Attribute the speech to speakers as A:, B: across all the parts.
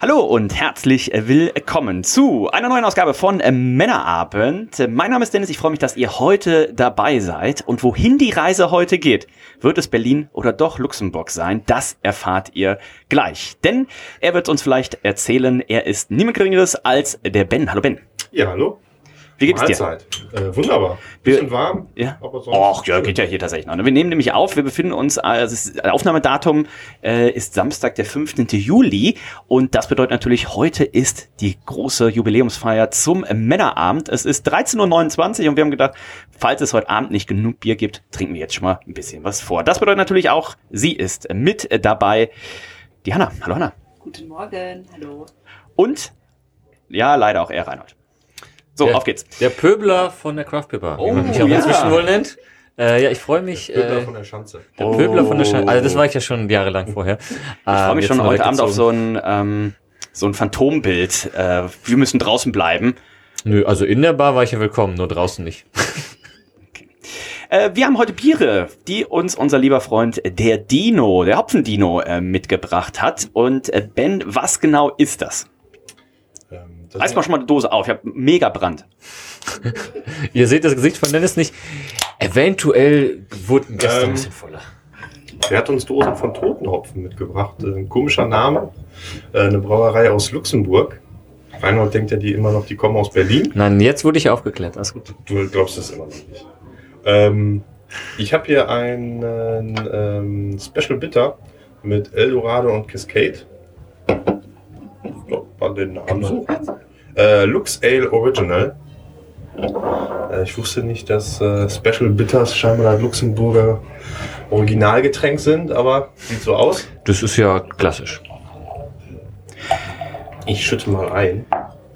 A: Hallo und herzlich willkommen zu einer neuen Ausgabe von äh, Männerabend. Mein Name ist Dennis, ich freue mich, dass ihr heute dabei seid. Und wohin die Reise heute geht, wird es Berlin oder doch Luxemburg sein, das erfahrt ihr gleich. Denn er wird uns vielleicht erzählen, er ist niemand Geringeres als der Ben. Hallo Ben.
B: Ja, hallo.
A: Wie geht's
B: Mahlzeit. dir? Äh, wunderbar. Bisschen
A: wir,
B: warm.
A: Ja. Och, ja, geht ja hier tatsächlich noch. ne? Wir nehmen nämlich auf, wir befinden uns, also das Aufnahmedatum äh, ist Samstag, der 15. Juli. Und das bedeutet natürlich, heute ist die große Jubiläumsfeier zum Männerabend. Es ist 13.29 Uhr und wir haben gedacht, falls es heute Abend nicht genug Bier gibt, trinken wir jetzt schon mal ein bisschen was vor. Das bedeutet natürlich auch, sie ist mit dabei. Die Hanna. Hallo Hanna.
C: Guten Morgen, hallo.
A: Und ja, leider auch er, Reinhold. So,
D: der,
A: auf geht's.
D: Der Pöbler von der Craft Paper. Oh, wie mich auch ja. inzwischen wohl nennt. Äh, ja, ich freue mich.
B: Der Pöbler äh, von der Schanze.
D: Der oh. Pöbler von der Schanze. Also das war ich ja schon jahrelang vorher.
A: Ich freue mich ähm, schon heute Abend auf so ein, ähm, so ein Phantombild. Äh, wir müssen draußen bleiben.
D: Nö, also in der Bar war ich ja willkommen, nur draußen nicht.
A: Äh, wir haben heute Biere, die uns unser lieber Freund äh, der Dino, der Hopfendino, äh, mitgebracht hat. Und äh, Ben, was genau ist das?
B: Ähm,
A: Das Reiß mal schon mal die Dose auf, ich habe mega Brand.
D: Ihr seht das Gesicht von Dennis nicht. Eventuell wurden gestern ähm, ein bisschen voller.
B: Er hat uns Dosen von Totenhopfen mitgebracht. Äh, Ein komischer Name. Äh, Eine Brauerei aus Luxemburg. Reinhold denkt ja die immer noch, die kommen aus Berlin.
D: Nein, jetzt wurde ich aufgeklärt. Alles gut.
B: Du glaubst das immer noch nicht. Ähm, ich habe hier einen ähm, Special Bitter mit Eldorado und Cascade man den Namen sucht. Äh, Lux Ale Original. Äh, ich wusste nicht, dass äh, Special Bitters scheinbar das Luxemburger Originalgetränk sind, aber sieht so aus.
D: Das ist ja klassisch.
B: Ich schütte mal ein.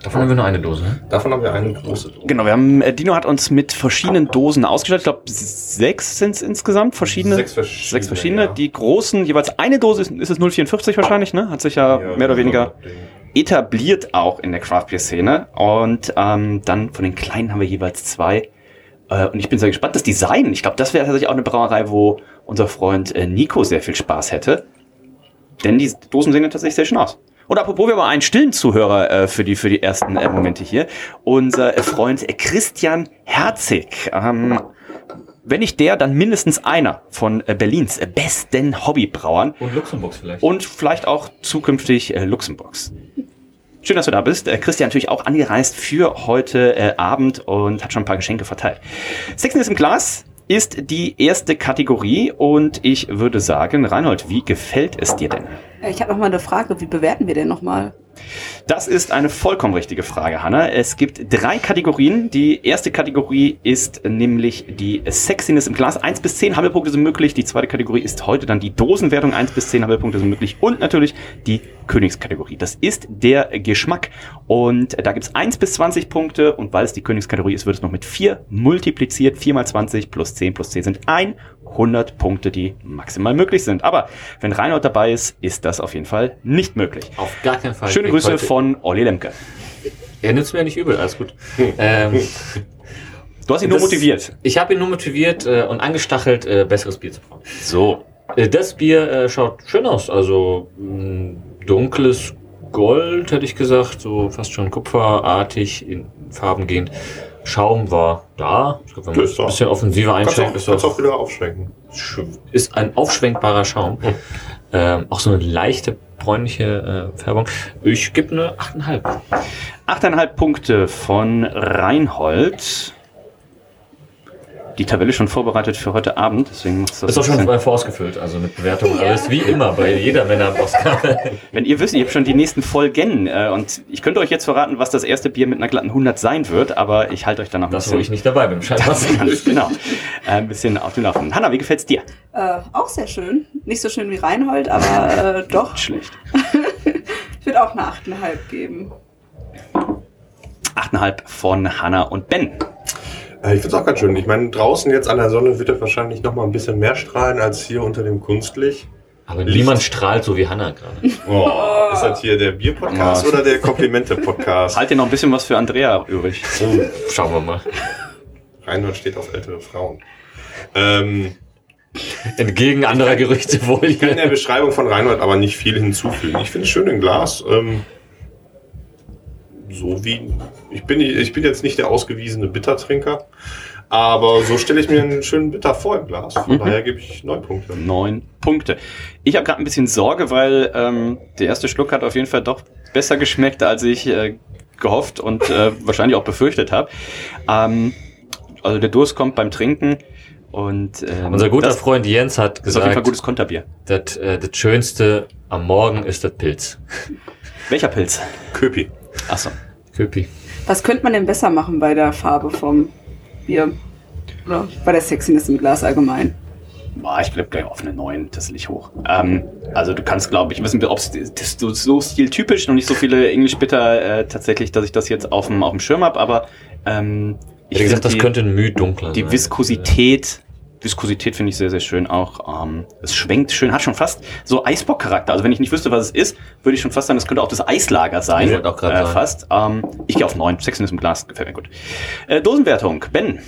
D: Davon haben wir nur eine Dose. Ne?
B: Davon haben wir eine große Dose.
A: Genau, wir haben, äh, Dino hat uns mit verschiedenen Dosen ausgestattet. Ich glaube, sechs sind es insgesamt. Verschiedene,
B: sechs verschiedene.
A: Sechs verschiedene. Ja. Die großen, jeweils eine Dose ist, ist es 0,44 wahrscheinlich, ne? Hat sich ja, ja mehr oder weniger
B: genau.
A: etabliert auch in der Craft Beer Szene. Und ähm, dann von den kleinen haben wir jeweils zwei. Äh, und ich bin sehr gespannt. Das Design, ich glaube, das wäre tatsächlich auch eine Brauerei, wo unser Freund äh, Nico sehr viel Spaß hätte. Denn die Dosen sehen ja tatsächlich sehr schön aus. Und apropos, wir haben einen stillen Zuhörer äh, für, die, für die ersten äh, Momente hier. Unser äh, Freund Christian Herzig. Ähm, wenn nicht der, dann mindestens einer von äh, Berlins besten Hobbybrauern.
D: Und Luxemburgs vielleicht.
A: Und vielleicht auch zukünftig äh, Luxemburgs. Schön, dass du da bist. Äh, Christian natürlich auch angereist für heute äh, Abend und hat schon ein paar Geschenke verteilt. Sexiness im Glas ist die erste Kategorie und ich würde sagen, Reinhold, wie gefällt es dir denn?
C: Äh, Ich habe noch mal eine Frage, wie bewerten wir denn nochmal?
A: Das ist eine vollkommen richtige Frage, Hanna. Es gibt drei Kategorien. Die erste Kategorie ist nämlich die Sexiness im Glas. 1 bis 10 Hammelpunkte sind möglich. Die zweite Kategorie ist heute dann die Dosenwertung. 1 bis 10 Hammelpunkte sind möglich. Und natürlich die Königskategorie. Das ist der Geschmack. Und da gibt es 1 bis 20 Punkte. Und weil es die Königskategorie ist, wird es noch mit 4 multipliziert. 4 mal 20 plus 10 plus 10 sind 100 Punkte, die maximal möglich sind. Aber wenn Reinhold dabei ist, ist das auf jeden Fall nicht möglich.
D: Auf gar keinen Fall.
A: Schöne Grüße von Olli Lemke.
D: Er nimmt mir ja nicht übel, alles gut. ähm,
A: du hast ihn nur motiviert.
D: Ich habe ihn nur motiviert äh, und angestachelt, äh, besseres Bier zu brauen.
A: So.
D: Äh, das Bier schaut schön aus, also mh, dunkles Gold, hätte ich gesagt, so fast schon kupferartig, in Farben gehend. Schaum war da. Ich glaube, wenn man es ein bisschen offensiver einschränkt,
B: ist das. Kannst auch wieder aufschwenken.
D: Ist ein aufschwenkbarer Schaum. Hm. Ähm, auch so eine leichte bräunliche äh, Färbung. Ich gebe eine 8,5.
A: 8,5 Punkte von Reinhold. Die Tabelle schon vorbereitet für heute Abend, deswegen
D: ist das. Ist auch schon mal vorausgefüllt, also mit Bewertung ja. alles wie immer bei jeder Männer-Postkarte.
A: Wenn ihr wisst, ihr habt schon die nächsten Folgen äh, und ich könnte euch jetzt verraten, was das erste Bier mit einer glatten 100 sein wird, aber ich halte euch danach
D: Das, wo ich nicht dabei bin, scheinbar.
A: Ganz genau. Äh, ein bisschen auf dem Laufenden. Hanna, wie gefällt's dir?
C: Äh, auch sehr schön. Nicht so schön wie Reinhold, aber äh, doch.
A: Schlecht.
C: Ich würde auch eine 8,5 geben.
A: 8,5 von Hanna und Ben.
B: Äh, Ich finde es auch ganz schön. Ich meine, draußen jetzt an der Sonne wird er wahrscheinlich noch mal ein bisschen mehr strahlen als hier unter dem Kunstlicht.
D: Aber
B: Licht.
D: niemand strahlt so wie Hanna gerade.
B: Oh, Ah, ist das hier der Bier-Podcast
A: Oh.
B: oder der Komplimente-Podcast?
A: Halt dir noch ein bisschen was für Andrea übrig.
D: Oh, schauen wir mal.
B: Reinhold steht auf ältere Frauen. Ähm,
D: Entgegen anderer Gerüchte wohl.
B: ich kann in der Beschreibung von Reinhold aber nicht viel hinzufügen. Ich finde es schön im Glas. Ähm, so wie. Ich bin, nicht- ich bin jetzt nicht der ausgewiesene Bittertrinker, aber so stelle ich mir einen schönen Bitter vor im Glas. Von
A: Mhm.
B: daher gebe ich neun Punkte.
A: Neun Punkte. Ich habe gerade ein bisschen Sorge, weil ähm, der erste Schluck hat auf jeden Fall doch besser geschmeckt, als ich äh, gehofft und äh, wahrscheinlich auch befürchtet habe. Ähm, also der Durst kommt beim Trinken und ähm,
D: Unser guter
A: das
D: Freund Jens hat
A: ist auf jeden Fall
D: gesagt,
A: gutes Konterbier.
D: das, äh, das Schönste am Morgen ist das Pilz.
A: Welcher Pilz?
B: Köpi.
A: Achso.
D: Köpi.
C: Was könnte man denn besser machen bei der Farbe vom Bier? Oder bei der Sexiness im Glas allgemein?
A: Boah, ich bleib gleich auf eine 9, das liegt hoch. Ähm, also du kannst, glaube ich, wissen, ob es so, so stiltypisch noch nicht so viele English Bitter äh, tatsächlich, dass ich das jetzt auf dem auf dem Schirm habe, aber ähm,
D: Ich hätte gesagt,
A: find
D: das könnte ein Müh dunkler
A: die
D: sein.
A: Viskosität. Also, Viskosität finde ich sehr, sehr schön auch. Ähm, es schwenkt schön, hat schon fast so Eisbock-Charakter. Also wenn ich nicht wüsste, was es ist, würde ich schon fast sagen, es könnte auch das Eislager sein.
D: Ich wollte auch gerade
A: äh,
D: sagen.
A: Fast. Ähm, ich gehe auf 9. Sexen ist im Glas, gefällt mir gut. Äh, Dosenwertung. Ben,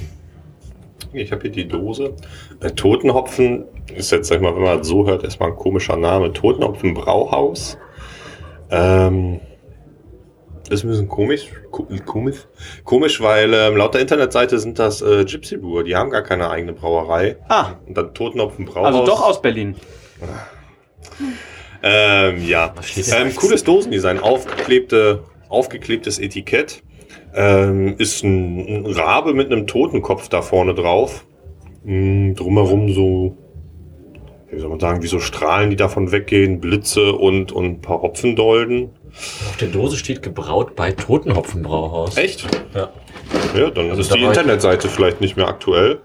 B: Ich habe hier die Dose. Äh, Totenhopfen ist jetzt, sag ich mal, wenn man das so hört, erstmal ein komischer Name. Totenhopfen Brauhaus. Ähm, ist ein bisschen komisch, ko- komisch, komisch, weil ähm, laut der Internetseite sind das äh, Gypsy Brewer. Die haben gar keine eigene Brauerei.
A: Ah.
B: Und dann Totenhopfen Brauhaus.
A: also doch aus Berlin.
B: Ähm, ja.
D: Was steht denn?
B: Ähm, cooles Dosendesign, aufgeklebte, aufgeklebtes Etikett. Ähm, ist ein, ein Rabe mit einem Totenkopf da vorne drauf. Mm, drumherum so, wie soll man sagen, wie so Strahlen, die davon weggehen, Blitze und, und ein paar Hopfendolden.
D: Auf der Dose steht gebraut bei Totenhopfenbrauhaus.
B: Echt?
D: Ja.
B: Ja, dann
D: Also
B: ist die
D: dabei-
B: Internetseite vielleicht nicht mehr aktuell.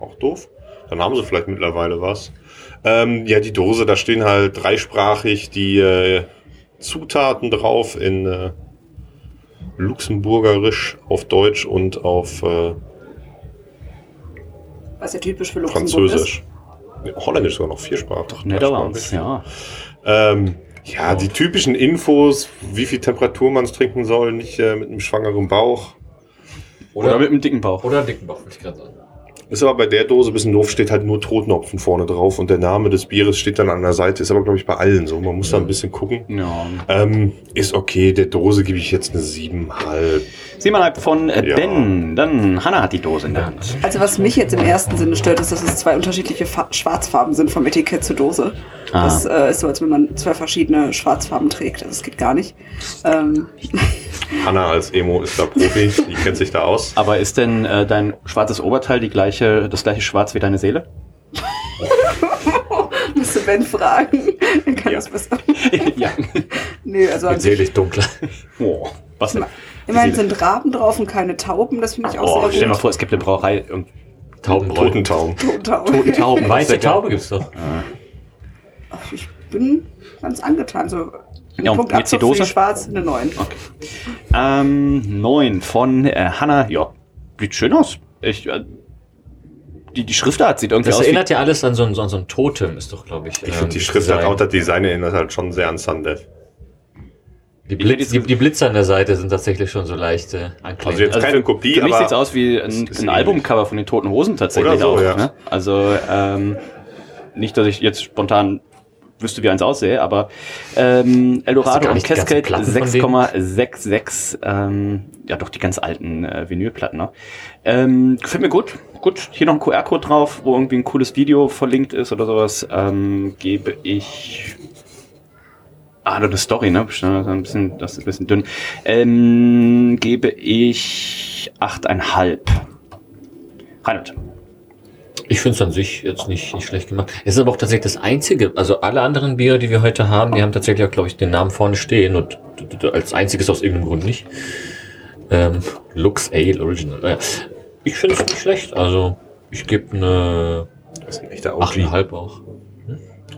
B: Auch doof. Dann haben sie vielleicht mittlerweile was. Ähm, ja, die Dose, da stehen halt dreisprachig die äh, Zutaten drauf in äh, Luxemburgerisch auf Deutsch und auf äh,
C: Was ja typisch für Luxemburg
B: Französisch. Nee, Holländisch sogar noch viersprachig.
A: Netherlands, ja.
B: Ähm, ja, die typischen Infos, wie viel Temperatur man es trinken soll, nicht äh, mit einem schwangeren Bauch.
A: Oder, mit einem dicken Bauch.
D: oder dicken Bauch, würde ich gerade sagen.
B: Ist aber bei der Dose ein bisschen doof, steht halt nur Totenhopfen vorne drauf und der Name des Bieres steht dann an der Seite. Ist aber, glaube ich, bei allen so. Man muss da ein bisschen gucken.
A: Ja.
B: Ähm, ist okay, der Dose gebe ich jetzt eine 7,5.
A: Siebeneinhalb von äh,
B: Ja.
A: Ben. Dann Hanna hat die Dose in der Hand.
C: Also was mich jetzt im ersten Sinne stört, ist, dass es zwei unterschiedliche Fa Schwarzfarben sind vom Etikett zur Dose.
A: Ah.
C: Das äh, ist so, als wenn man zwei verschiedene Schwarzfarben trägt. Also das geht gar nicht. Ähm,
B: Hanna als Emo ist da Profi, die kennt sich da aus.
A: Aber ist denn äh, dein schwarzes Oberteil die gleiche, das gleiche Schwarz wie deine Seele?
C: musst du Ben fragen. Er kann
B: Ja.
C: das besser.
A: ja.
C: Nee, also
D: Mit selig dunkler.
A: Oh, was denn?
C: immerhin
A: Die Seele.
C: sind Raben drauf und keine Tauben. Das finde ich auch
A: Oh,
C: sehr
A: stell dir mal
C: gut.
A: vor, es gibt eine Brauerei. irgend-
D: Taubenrollen.
B: Totentaum.
C: Tauben.
A: Tauben.
D: Weiße
A: Weiße Tauben.
D: Taube gibt's doch.
C: Ach, Ich bin ganz angetan. So ein
A: Ja, und
C: Punkt
A: jetzt die
C: Abzug für
A: Dose?
C: Schwarz, eine 9.
A: Ähm, neun von äh, Hanna. Ja, sieht schön aus. Ich, äh, die, die Schriftart sieht irgendwie
D: Das
A: aus wie...
D: erinnert ja alles an so ein, so ein- so ein Totem, ist doch, glaube ich.
B: Ich
D: ähm,
B: finde die Schrift halt
D: Design.
B: auch, das Design erinnert halt schon sehr an Sundeath.
D: Die, Blitz, die, die Blitze an der Seite sind tatsächlich schon so äh, leichte
B: Also jetzt
D: Anklänge.
B: keine
A: Für
B: Kopie,
A: mich sieht es
B: aber
A: aus wie ein,
B: ist
A: ein
B: ähnlich.
A: Albumcover von den Toten Hosen tatsächlich
B: Oder so,
A: auch.
B: ja.
A: Ne? Also ähm, nicht, dass ich jetzt spontan wüsste, wie eins aussehe, aber ähm,
D: Hast du
A: Eldorado
D: gar
A: und
D: nicht die ganzen
A: Cascade
D: Platten von denen?
A: 6,66. Ähm, ja, doch die ganz alten äh, Vinylplatten. Ne? Ähm, gefällt mir gut. Gut, hier noch ein QR-Code drauf, wo irgendwie ein cooles Video verlinkt ist oder sowas. Ähm, gebe ich Ah, nur eine Story, ne? Bestimmt, das ist Ein bisschen, das ist ein bisschen dünn. Ähm, gebe ich 8,5. Reinhold.
D: Also Ich finde es an sich jetzt nicht, nicht schlecht gemacht. Es ist aber auch tatsächlich das einzige, also alle anderen Biere, die wir heute haben, die haben tatsächlich auch, glaube ich, den Namen vorne stehen und d- d- d- als einziges aus irgendeinem Grund nicht. Ähm, Lux Ale Original. Äh, ich finde es nicht schlecht, also ich gebe eine
B: das ist ein echter OG.
D: 8,5 auch.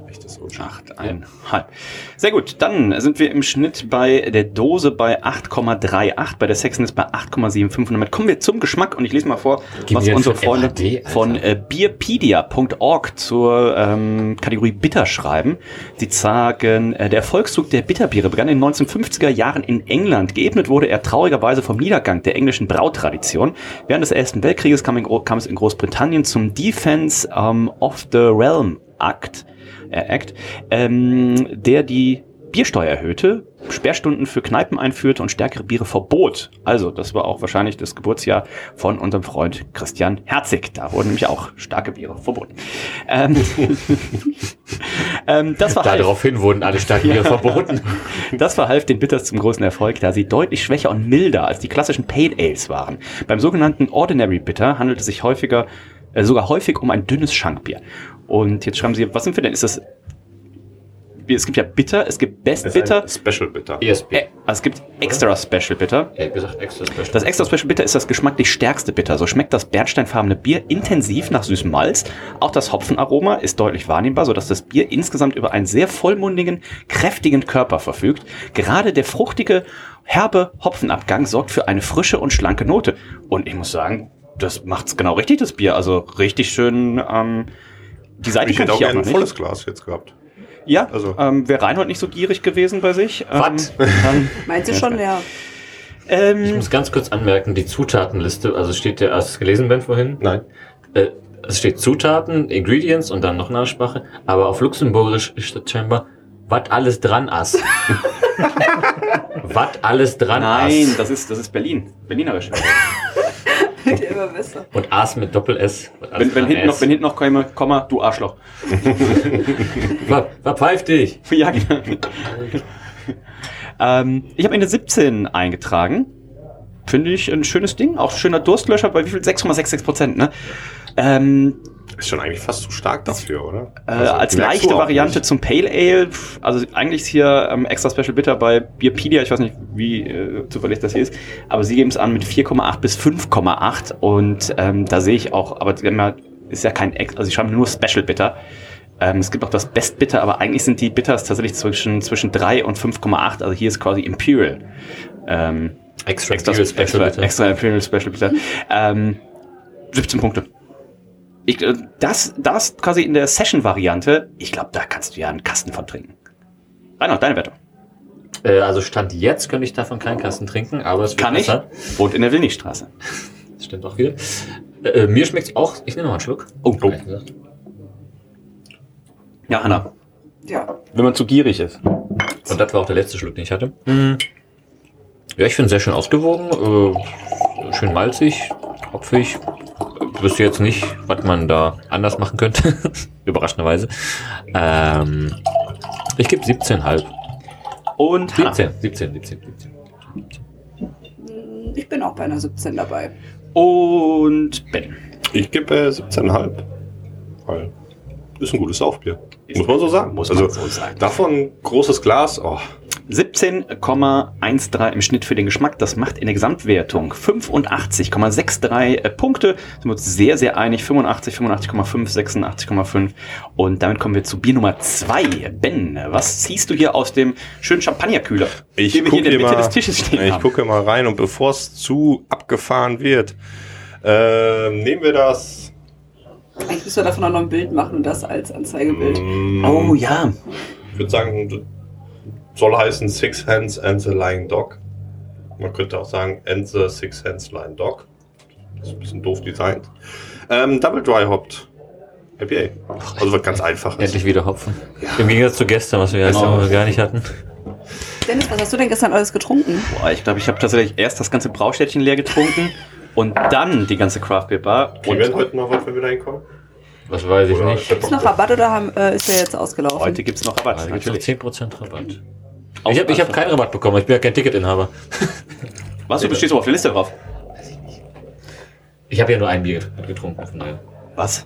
B: Echtes
D: Ausrutscher.
A: Achteinhalb. Sehr gut, dann sind wir im Schnitt bei der Dose bei 8,38, bei der Sexiness bei 8,75. Und damit kommen wir zum Geschmack und ich lese mal vor,
D: Gib
A: was
D: mir
A: unsere
D: jetzt ein
A: Freunde
D: MHD, Alter.
A: von äh, bierpedia.org zur ähm, Kategorie Bitter schreiben. Sie sagen, äh, der Erfolgszug der Bitterbiere begann in den 1950er Jahren in England. Geebnet wurde er traurigerweise vom Niedergang der englischen Brautradition. Während des Ersten Weltkrieges kam, in, Gro- kam es in Großbritannien zum Defense ähm, of the Realm Act, äh, Act ähm, der die Biersteuer erhöhte, Sperrstunden für Kneipen einführte und stärkere Biere verbot. Also, das war auch wahrscheinlich das Geburtsjahr von unserem Freund Christian Herzig. Da wurden nämlich auch starke Biere verboten. Ähm, ähm, das war half.
D: Daraufhin wurden alle Starken wieder verboten.
A: Das verhalf den Bitters zum großen Erfolg, da sie deutlich schwächer und milder als die klassischen Pale Ales waren. Beim sogenannten Ordinary Bitter handelt es sich häufiger, äh, sogar häufig um ein dünnes Schankbier. Und jetzt schreiben sie, was sind wir denn? Ist das, es gibt ja Bitter, es gibt Best
B: Es ist
A: Bitter,
B: ein Special Bitter.
D: ESP.
A: äh, also es gibt Extra Special Bitter.
D: Er hat äh, gesagt, extra special.
A: Das Extra Special Bitter ist das geschmacklich stärkste Bitter. So schmeckt das bernsteinfarbene Bier intensiv nach süßem Malz. Auch das Hopfenaroma ist deutlich wahrnehmbar, sodass das Bier insgesamt über einen sehr vollmundigen, kräftigen Körper verfügt. Gerade der fruchtige, herbe Hopfenabgang sorgt für eine frische und schlanke Note. Und ich muss sagen, das macht's genau richtig, das Bier. Also richtig schön. Ähm, die Seite
B: Ich
A: kann
B: hätte auch
A: ich ja auch
B: gerne ein
A: noch
B: volles
A: nicht.
B: Glas jetzt gehabt.
A: Ja, also.
B: also-
A: ähm, wäre Reinhold nicht so gierig gewesen bei sich. Ähm,
D: Was?
A: dann,
C: Meint sie schon leer?
D: Ich
A: ähm,
D: muss ganz kurz anmerken, die Zutatenliste, also steht der, hast du es gelesen, Ben, vorhin?
B: Nein.
D: Äh, es steht Zutaten, Ingredients und dann noch Nachsprache, aber auf Luxemburgisch steht scheinbar, wat alles dran ass. wat alles dran
A: nein,
D: ass.
A: das ist, das ist Berlin. Berlinerisch.
C: Wird ja immer besser.
D: Und ass mit Doppel-S. Wat alles
A: Wenn, wenn,
D: dran
A: hinten noch,
D: ass.
A: wenn hinten noch käme, Komma, du Arschloch.
D: Ver, verpfeif dich!
A: ja, genau. ähm, ich habe eine 17 eingetragen. Finde ich ein schönes Ding. Auch schöner Durstlöscher bei wie viel? 6,66 Prozent, ne? Ähm,
B: Ist schon eigentlich fast zu stark dafür, oder?
A: äh,
B: Also,
A: als
B: merkst du
A: leichte
B: auch
A: Variante
B: nicht.
A: zum Pale Ale. pff, Also eigentlich ist hier ähm, extra Special Bitter bei Bierpedia. Ich weiß nicht, wie äh, zuverlässig das hier ist. Aber sie geben es an mit 4,8 bis 5,8. Und ähm, da sehe ich auch, aber sie haben ja, ist ja kein Ex, also sie schreiben nur Special Bitter. Ähm, es gibt auch das Best Bitter, aber eigentlich sind die Bitters tatsächlich zwischen, zwischen 3 und 5,8. Also hier ist quasi Imperial. Ähm,
D: Extra,
A: extra,
D: Deal Special,
A: extra,
D: bitte.
A: extra Imperial Special bitte. Ähm, 17 Punkte. Ich, äh, das, das quasi in der Session-Variante, ich glaube, da kannst du ja einen Kasten von trinken. Reinhard, deine Wertung.
D: Äh, also Stand jetzt könnte ich davon keinen Kasten trinken, aber es wird
A: Kann ich?
D: besser.
A: Wohnt in der Willnichstraße.
D: Das stimmt auch wieder. Äh, mir schmeckt's auch, ich nehme noch einen Schluck.
A: Oh.
D: Ehrlich gesagt.
A: Ja, Anna.
C: Ja.
E: Wenn man zu gierig ist.
D: Und das war auch der letzte Schluck, den ich hatte. Ja, ich finde sehr schön ausgewogen, äh, schön malzig, hopfig. Wüsste jetzt nicht, was man da anders machen könnte. Überraschenderweise. Ähm, ich gebe 17,5.
A: Und Hanna.
D: 17, 17, 17, 17.
C: Ich bin auch bei einer 17 dabei.
A: Und Ben.
B: Ich gebe äh, 17,5. Weil ist ein gutes Saufbier. Muss man so sagen.
A: Muss
B: also
A: man so sagen.
B: davon großes Glas. Oh,
A: 17,13 im Schnitt für den Geschmack. Das macht in der Gesamtwertung 85,63 äh, Punkte. Sind wir uns sehr, sehr einig. 85, 85,5, 86,5. Und damit kommen wir zu Bier Nummer 2. Ben, was ziehst du hier aus dem schönen Champagnerkühler,
B: ich
A: den wir hier in
B: gucke
A: der Mitte
B: mal,
A: des Tisches stehen
B: ich
A: haben?
B: gucke mal rein und bevor es zu abgefahren wird, ähm, nehmen wir das.
C: Eigentlich müssen wir davon auch noch ein Bild machen und das als Anzeigebild.
B: mm,
A: Oh ja,
B: Ich würde sagen, das soll heißen Six Hands and the Lying Dog. Man könnte auch sagen And the Six Hands Lying Dog. Das ist ein bisschen doof designt. Ähm, Double Dry Hopped. IPA. Also was ganz einfaches.
D: Endlich wieder Hopfen. Im Gegensatz zu gestern, was wir gestern
A: Genau.
D: gar nicht hatten.
C: Dennis, was hast du denn gestern alles getrunken?
A: Boah, ich glaube, ich habe tatsächlich erst das ganze Braustädtchen leer getrunken und dann die ganze Craft Beer Bar.
B: Wir
A: Und
B: werden heute noch was, wenn wir da hinkommen.
D: Was weiß ich
B: Oder
D: nicht.
C: Ist noch Rabatt oder haben, äh, ist der jetzt ausgelaufen?
A: heute gibt's noch Rabatt.
D: Da gibt's noch 10% Rabatt.
A: Auf-
D: Ich habe ich hab keinen Rabatt bekommen, ich bin ja kein Ticketinhaber.
A: Was, du bestehst aber auf der Liste drauf.
D: Ich habe ja nur ein Bier getrunken, von daher.
A: Was?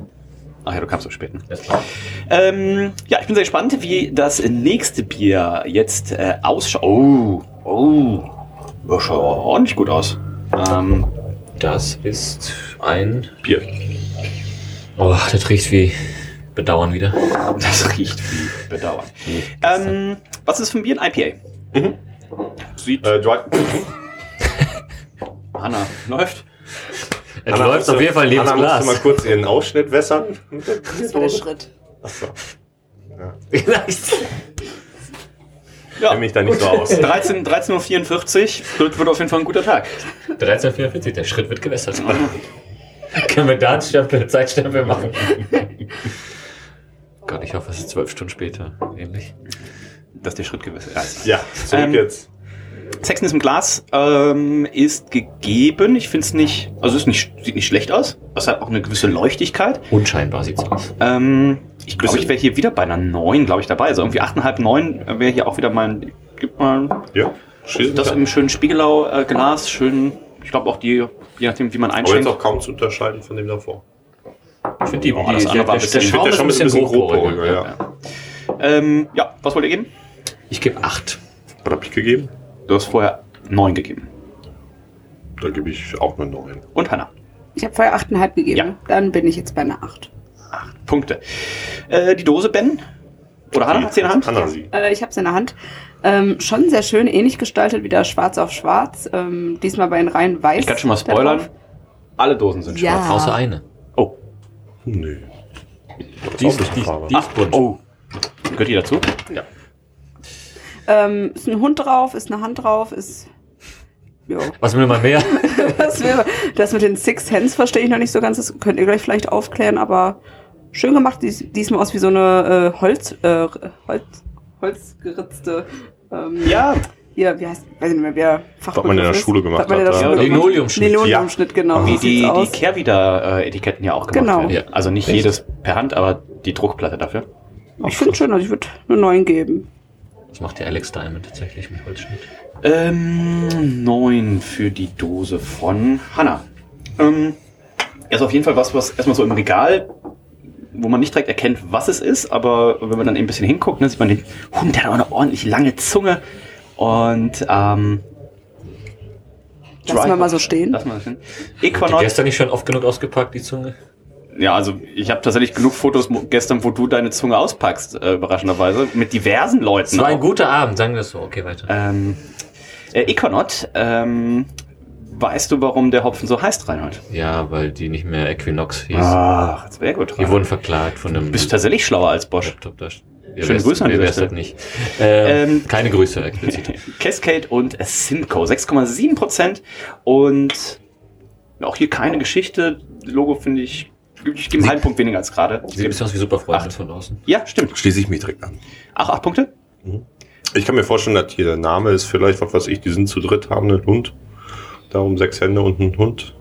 A: Ach ja, du kamst so spät. Ne?
D: Alles klar.
A: Ähm, ja, ich bin sehr gespannt, wie das nächste Bier jetzt äh, ausschaut. Oh, oh, das schaut ordentlich gut aus. Ähm,
D: Das ist ein
B: Bier.
D: Oh, das riecht wie Bedauern wieder.
A: Das riecht wie Bedauern. Ähm, was ist für ein Bier? Ein IPA. Sieht
B: Mhm. Äh, Dry
A: Hanna. Läuft.
D: Es läuft auf jeden Fall neben das
B: Anna musste mal
D: Glas.
B: kurz ihren Ausschnitt wässern.
C: Das war der Schritt.
A: Ja.
B: Kenn mich da nicht so aus.
A: 13, 13.44 Uhr. Wird auf jeden Fall ein guter Tag.
D: 1344, der Schritt wird gewässert. Können wir da einen Stempel, Zeitstempel machen? Gott, ich hoffe, es ist zwölf Stunden später. Ähnlich.
A: Dass der Schritt gewiss ist.
B: Ja, zurück
A: Ähm,
B: jetzt.
A: Sexen ist im Glas. Ähm, ist gegeben. Ich finde es nicht. Also ist nicht, sieht nicht schlecht aus. Es hat auch eine gewisse Leuchtigkeit.
D: Unscheinbar sieht's aus.
A: Ähm, ich glaube, ich wäre hier wieder bei einer 9, glaube ich, dabei. Also irgendwie 8,5, 9 wäre hier auch wieder mein. Gib mal
B: Ja, schießen
A: das
B: wir.
A: im schönen Spiegelau-Glas. Schön. Ich glaube auch die, je nachdem, wie man
B: Aber jetzt
A: einschenkt.
B: auch kaum zu unterscheiden von dem davor.
D: Ich finde die,
A: Oh, das
D: die-
A: andere war ein
D: der,
A: bisschen-
D: der Schaum
B: Der
D: ist
B: Schaum
D: ein bisschen grobporig.
B: grobporig, ja.
A: Ja. Ähm, ja, was wollt ihr geben?
D: Ich gebe acht.
B: Was hab ich gegeben?
A: Du hast vorher 9 gegeben.
B: Da gebe ich auch eine 9.
A: Und Hannah.
C: Ich habe vorher 8,5 gegeben.
A: Ja.
C: Dann bin ich jetzt bei einer 8.
A: Punkte. Äh, die Dose, Ben? Oder Hannah hat sie in der Hand?
B: Anna sie.
C: Äh, ich habe es in der Hand. Ähm, schon sehr schön, ähnlich gestaltet, wieder schwarz auf schwarz. Ähm, diesmal bei den Reihen weiß.
A: Ich kann schon mal
C: da drauf.
A: spoilern. Alle Dosen sind
C: Ja.
A: schwarz.
D: Außer eine.
A: Oh.
B: Hm, Nee.
D: Die ist,
B: auch nicht
D: die,
B: Farbe.
D: die ist bunt.
A: Oh. Gehört ihr dazu?
C: Ähm, ist ein Hund drauf, ist eine Hand drauf, ist. Jo.
D: Was will man mehr?
C: Das, wäre- das mit den Six Hands verstehe ich noch nicht so ganz. Das könnt ihr gleich vielleicht aufklären, aber schön gemacht. Dies, diesmal aus wie so eine äh, Holz, äh, Holz, holzgeritzte. Ähm,
A: Ja.
C: Hier, wie heißt, weiß nicht mehr, wer Fachbegriff
B: man in der
C: ist.
B: Schule gemacht
C: Was man in der
B: hat, ja.
C: Schule gemacht hat.
D: Linoleumschnitt.
C: Linoleumschnitt, genau. so
A: Wie
C: sieht's
A: die, die
C: aus.
A: Care-Wieder-Etiketten ja auch gemacht
C: Genau.
A: werden.
D: Ja.
A: Also nicht
D: Echt?
A: jedes per Hand, aber die Druckplatte dafür.
C: Ich finde schön, also ich würde eine 9 geben.
D: Das macht der Alex Diamond tatsächlich mit Holzschnitt.
A: Ähm, 9 für die Dose von Hanna. Ähm, ist auf jeden Fall was, was erstmal so im Regal, wo man nicht direkt erkennt, was es ist, aber wenn man dann eben ein bisschen hinguckt, ne, sieht man den Hund, der hat auch eine ordentlich lange Zunge und ähm,
C: Lassen wir mal so stehen.
A: lass mal das hin.
D: Die
A: Equanox,
D: gestern nicht schon oft genug ausgepackt, die Zunge?
A: ja, also ich habe tatsächlich genug Fotos mo- gestern, wo du deine Zunge auspackst, äh, überraschenderweise, mit diversen Leuten.
D: Es war
A: auch.
D: ein guter Abend, sagen wir es so. Okay, weiter.
A: Ähm, äh, Econaut, ähm, weißt du, warum der Hopfen so heißt, Reinhold?
D: Ja, weil die nicht mehr Equinox hieß.
A: Ach, jetzt wäre gut.
D: Die
A: Du
D: wurden verklagt von einem
A: Ah, bist tatsächlich schlauer als Bosch.
D: Laptop. Da
A: Schöne Grüße an
D: wer
A: dieser
D: wär's
A: Stelle.
D: das nicht. Ähm,
A: Ähm,
D: keine Grüße explizit.
A: Cascade und Simcoe, 6,7% und auch hier keine Geschichte. Logo finde ich, ich gebe einen halben Punkt weniger als gerade.
D: Sieht ein bisschen aus wie Superfreunde
A: Acht.
D: von außen.
A: Ja, stimmt.
B: Schließe ich mich direkt an.
A: Ach, acht Punkte?
B: Ich kann mir vorstellen, dass hier der Name ist vielleicht, was weiß ich, die sind zu dritt, haben einen Hund. Darum sechs Hände und einen Hund.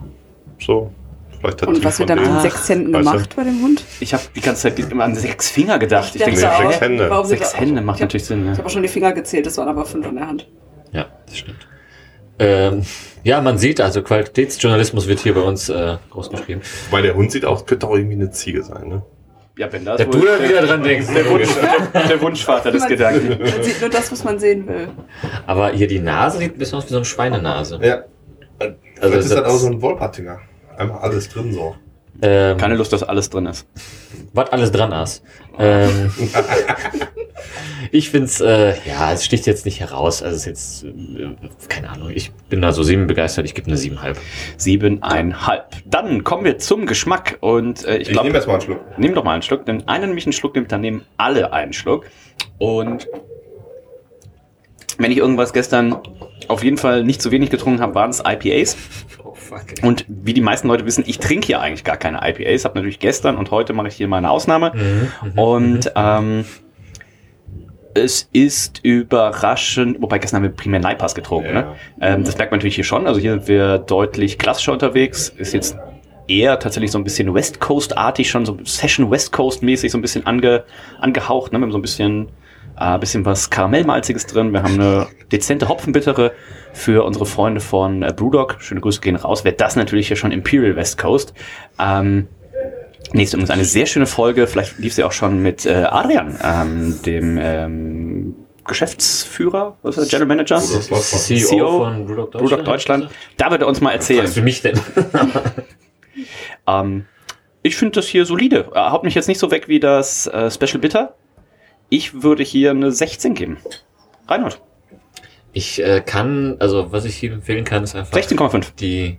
B: So. Vielleicht hat
C: Und
B: die
C: was wird
B: von
C: dann mit
B: denen-
C: den sechs Händen
B: Weißt du?
C: gemacht bei dem Hund?
A: Ich habe die ganze Zeit immer an sechs Finger gedacht. Ich denke,
B: dachte
A: sechs,
B: auch. Hände.
C: Warum sind
A: sechs
C: da-
A: Hände macht
C: Ich hab-
A: natürlich Sinn.
C: Ich
A: ne? Ja.
C: habe auch schon die Finger gezählt, das waren aber fünf an der Hand.
D: Ja, das stimmt. Ähm, ja, man sieht also, Qualitätsjournalismus wird hier bei uns äh, groß geschrieben.
B: Weil der Hund sieht auch, könnte auch irgendwie eine Ziege sein, ne?
A: ja, wenn das
D: Dass
A: wohl-
D: du da wieder dran denkst.
A: der, Wunsch, der, der Wunschvater des
C: Man-
A: Gedanken.
C: Man sieht nur das, was man sehen will.
D: Aber hier die Nase sieht ein bisschen aus wie so eine Schweinenase.
B: Ja.
D: Also
B: Also ist das
D: das-
B: auch so ein Wolpertinger. Einmal alles drin so.
D: Ähm,
A: Äh, Keine Lust, dass alles drin ist.
D: was alles dran ist. Ähm, ich find's, äh, ja, es sticht jetzt nicht heraus. Also es ist jetzt, äh, keine Ahnung, ich bin da so sieben begeistert, ich gebe eine siebenhalb.
A: Siebeneinhalb. Dann kommen wir zum Geschmack und äh, ich
B: Ich,
A: glaube,
B: nehme
A: nimm,
B: jetzt mal einen Schluck.
A: doch mal einen Schluck. Nimm einen nämlich einen Schluck, nimmt daneben alle einen Schluck. Und wenn ich irgendwas gestern auf jeden Fall nicht zu wenig getrunken habe, waren es IPAs.
D: Oh fuck.
A: Und wie die meisten Leute wissen, ich trinke hier eigentlich gar keine IPAs. Habe natürlich gestern und heute mache ich hier mal eine Ausnahme.
D: Mhm.
A: Und ähm, es ist überraschend, wobei gestern haben wir primär Naipas getrunken.
B: Ja.
A: Ne? Ähm, das merkt man natürlich hier schon. Also hier sind wir deutlich klassischer unterwegs. Ist jetzt eher tatsächlich so ein bisschen West Coast-artig, schon so Session West Coast-mäßig so ein bisschen ange, angehaucht. Ne? Wir haben so ein bisschen, äh, bisschen was Karamellmalziges drin. Wir haben eine dezente Hopfenbittere für unsere Freunde von äh, Brewdog. Schöne Grüße gehen raus. Wäre das natürlich hier schon Imperial West Coast. Ähm, Nächste übrigens eine sehr schöne Folge. Vielleicht lief sie auch schon mit äh, Adrian, ähm, dem ähm, Geschäftsführer, was ist er, General Manager, E
B: Bruder.
D: CEO,
A: CEO
D: E von Brewdog Deutschland.
A: Product Deutschland. Da wird er uns mal
D: Was
A: erzählen.
D: für mich denn?
A: Ähm, ich finde das hier solide. Äh, Haut mich jetzt nicht so weg wie das äh, Special Bitter. Ich würde hier eine 16 geben. Reinhold,
D: Ich äh, kann, also was ich hier empfehlen kann, ist einfach
A: 16,5.
D: die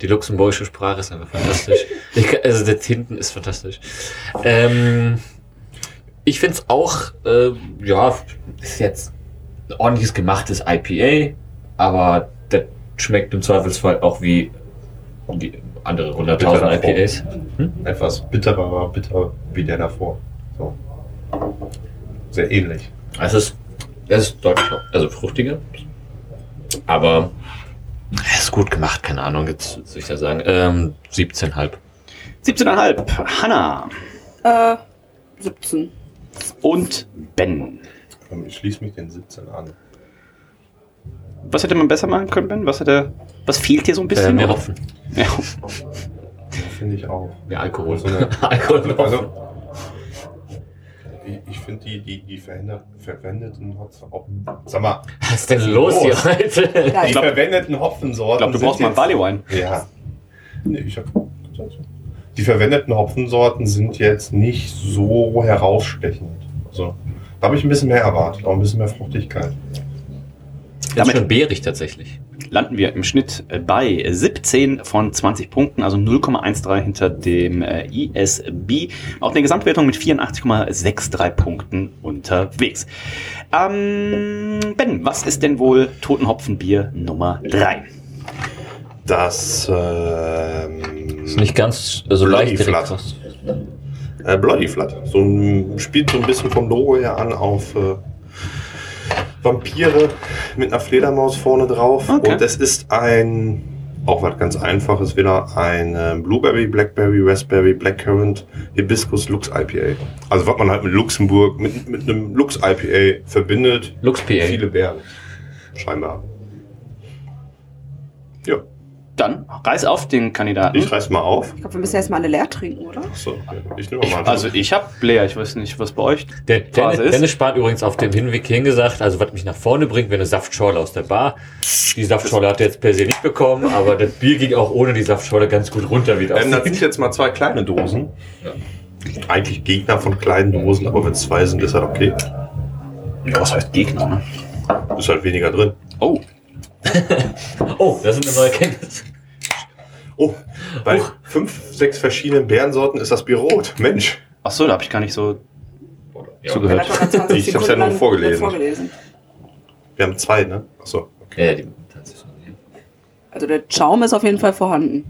D: die luxemburgische Sprache ist einfach fantastisch. Ich, kann- also das hinten ist fantastisch. Ähm, ich finde es auch, äh, ja, ist jetzt ein ordentliches gemachtes IPA, aber das schmeckt im Zweifelsfall auch wie die andere 100.000
B: Bitter davor.
D: IPAs.
B: Etwas bitterer, aber bitter wie der davor. So. Sehr ähnlich.
D: Es ist, es ist deutlich, also fruchtiger. Aber es ist gut gemacht, keine Ahnung, jetzt soll ich da sagen. Ähm, 17,5.
A: 17,5. Hanna
C: Äh, 17.
A: und Ben.
B: Komm, Ich schließe mich den 17 an.
A: Was hätte man besser machen können, Ben? Was, hätte, was fehlt dir so ein bisschen?
D: Äh, mehr Hopfen.
A: Ja.
B: Finde ich auch.
D: Mehr Alkohol.
A: Also,
B: So
A: ne?
B: eine-
D: Alkohol und Hopfen.
B: Also, ich ich finde die, die, die verhindert- verwendeten Hopfen. Oh, sag mal,
D: Was ist denn los hier heute?
B: die
C: Geil.
B: verwendeten Hopfensorten.
A: Ich glaube, du
B: sind
A: brauchst mal einen
B: jetzt-
A: Barley Wine.
B: Ja. Nee, ich hab, die verwendeten Hopfensorten sind jetzt nicht so herausstechend. Also, da habe ich ein bisschen mehr erwartet, auch ein bisschen mehr Fruchtigkeit.
D: Ist
A: Damit-
D: schon beerig tatsächlich.
A: Landen wir im Schnitt äh, bei 17 von 20 Punkten, also 0,13 hinter dem äh, ISB. Auch eine Gesamtwertung mit 84,63 Punkten unterwegs. Ähm, ben, was ist denn wohl Totenhopfenbier Nummer 3?
B: Das ähm,
D: Ist nicht ganz so
B: Bloody
D: leicht direkt
B: Flat.
D: raus.
B: äh, Bloody Flood. So ein, spielt so ein bisschen vom Logo her an auf äh, Vampire mit einer Fledermaus vorne drauf.
A: Okay.
B: Und es ist ein, auch was ganz einfaches, wieder ein äh, Blueberry, Blackberry, Raspberry, Blackcurrant, Hibiskus, Lux IPA. Also was man halt mit Luxemburg, mit, mit einem Lux IPA verbindet.
D: Lux PA.
B: Viele Beeren. Scheinbar. Ja,
A: Dann reiß auf den Kandidaten.
B: ich reiß mal auf.
C: Ich glaube, wir müssen erstmal eine leer trinken, oder?
B: Achso, ich nehme
A: Ich,
B: mal einen
A: also ich habe leer, ich weiß nicht, was bei euch.
D: Der
A: Phase
D: Dennis,
A: ist-
D: Dennis spart übrigens auf dem Hinweg hingesagt, also was mich nach vorne bringt, wäre eine Saftschorle aus der Bar. Die Saftschorle hat er jetzt per se nicht bekommen, aber das Bier ging auch ohne die Saftschorle ganz gut runter wieder.
B: Ähm, das sind jetzt mal zwei kleine Dosen. Eigentlich Gegner von kleinen Dosen, aber wenn es zwei sind, ist halt okay.
A: Was heißt Gegner, ne?
B: Ist halt weniger drin.
A: Oh,
D: Oh, das sind eine neue Erkenntnis.
B: Oh, bei fünf, sechs verschiedenen Beerensorten ist das Bier rot. Mensch.
A: ach so, da habe ich gar nicht so
D: Ja.
C: Der
A: zugehört.
C: hat doch gerade 20
B: Ich hab's
C: Sekunden
B: ja nur
C: lang
B: vorgelesen.
C: vorgelesen.
B: Wir haben zwei, ne? Achso.
D: Ja, die, das ist-
C: Also der Schaum ist auf jeden Fall vorhanden.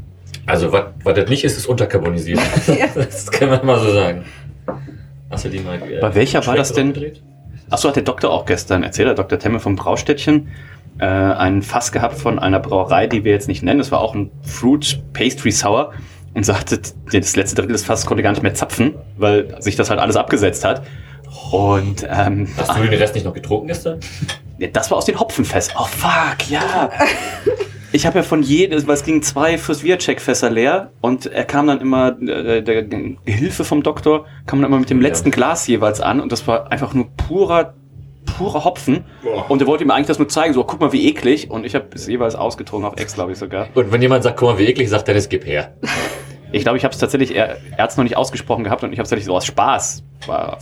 D: also was was das nicht ist, ist unterkarbonisiert. Das kann man mal so sagen. Hast du die mal äh,
A: Bei welcher war das denn?
D: gedreht?
A: Achso, hat der Doktor auch gestern erzählt, der Dr. Temme vom Braustädtchen, äh, einen Fass gehabt von einer Brauerei, die wir jetzt nicht nennen. Das war auch ein Fruit Pastry Sour und sagte, das letzte Drittel des Fasses konnte gar nicht mehr zapfen, weil sich das halt alles abgesetzt hat. Und ähm,
D: Hast du den Rest nicht noch getrunken gestern?
A: ja, das war aus den Hopfenfässern. Oh fuck, ja. Ich habe ja von jedem, weil es gingen zwei fürs Viercheck-Fässer leer und er kam dann immer, äh, der Hilfe vom Doktor kam dann immer mit dem letzten Glas jeweils an und das war einfach nur purer, purer Hopfen.
B: Boah.
A: Und er wollte mir eigentlich das nur zeigen, so guck mal wie eklig und ich habe es jeweils ausgetrunken, auf Ex glaube ich sogar.
D: Und wenn jemand sagt, guck mal, wie eklig, sagt Dennis, gib her.
A: Ich glaube, ich habe es tatsächlich, er, er hat es noch nicht ausgesprochen gehabt und ich habe es tatsächlich so aus Spaß, war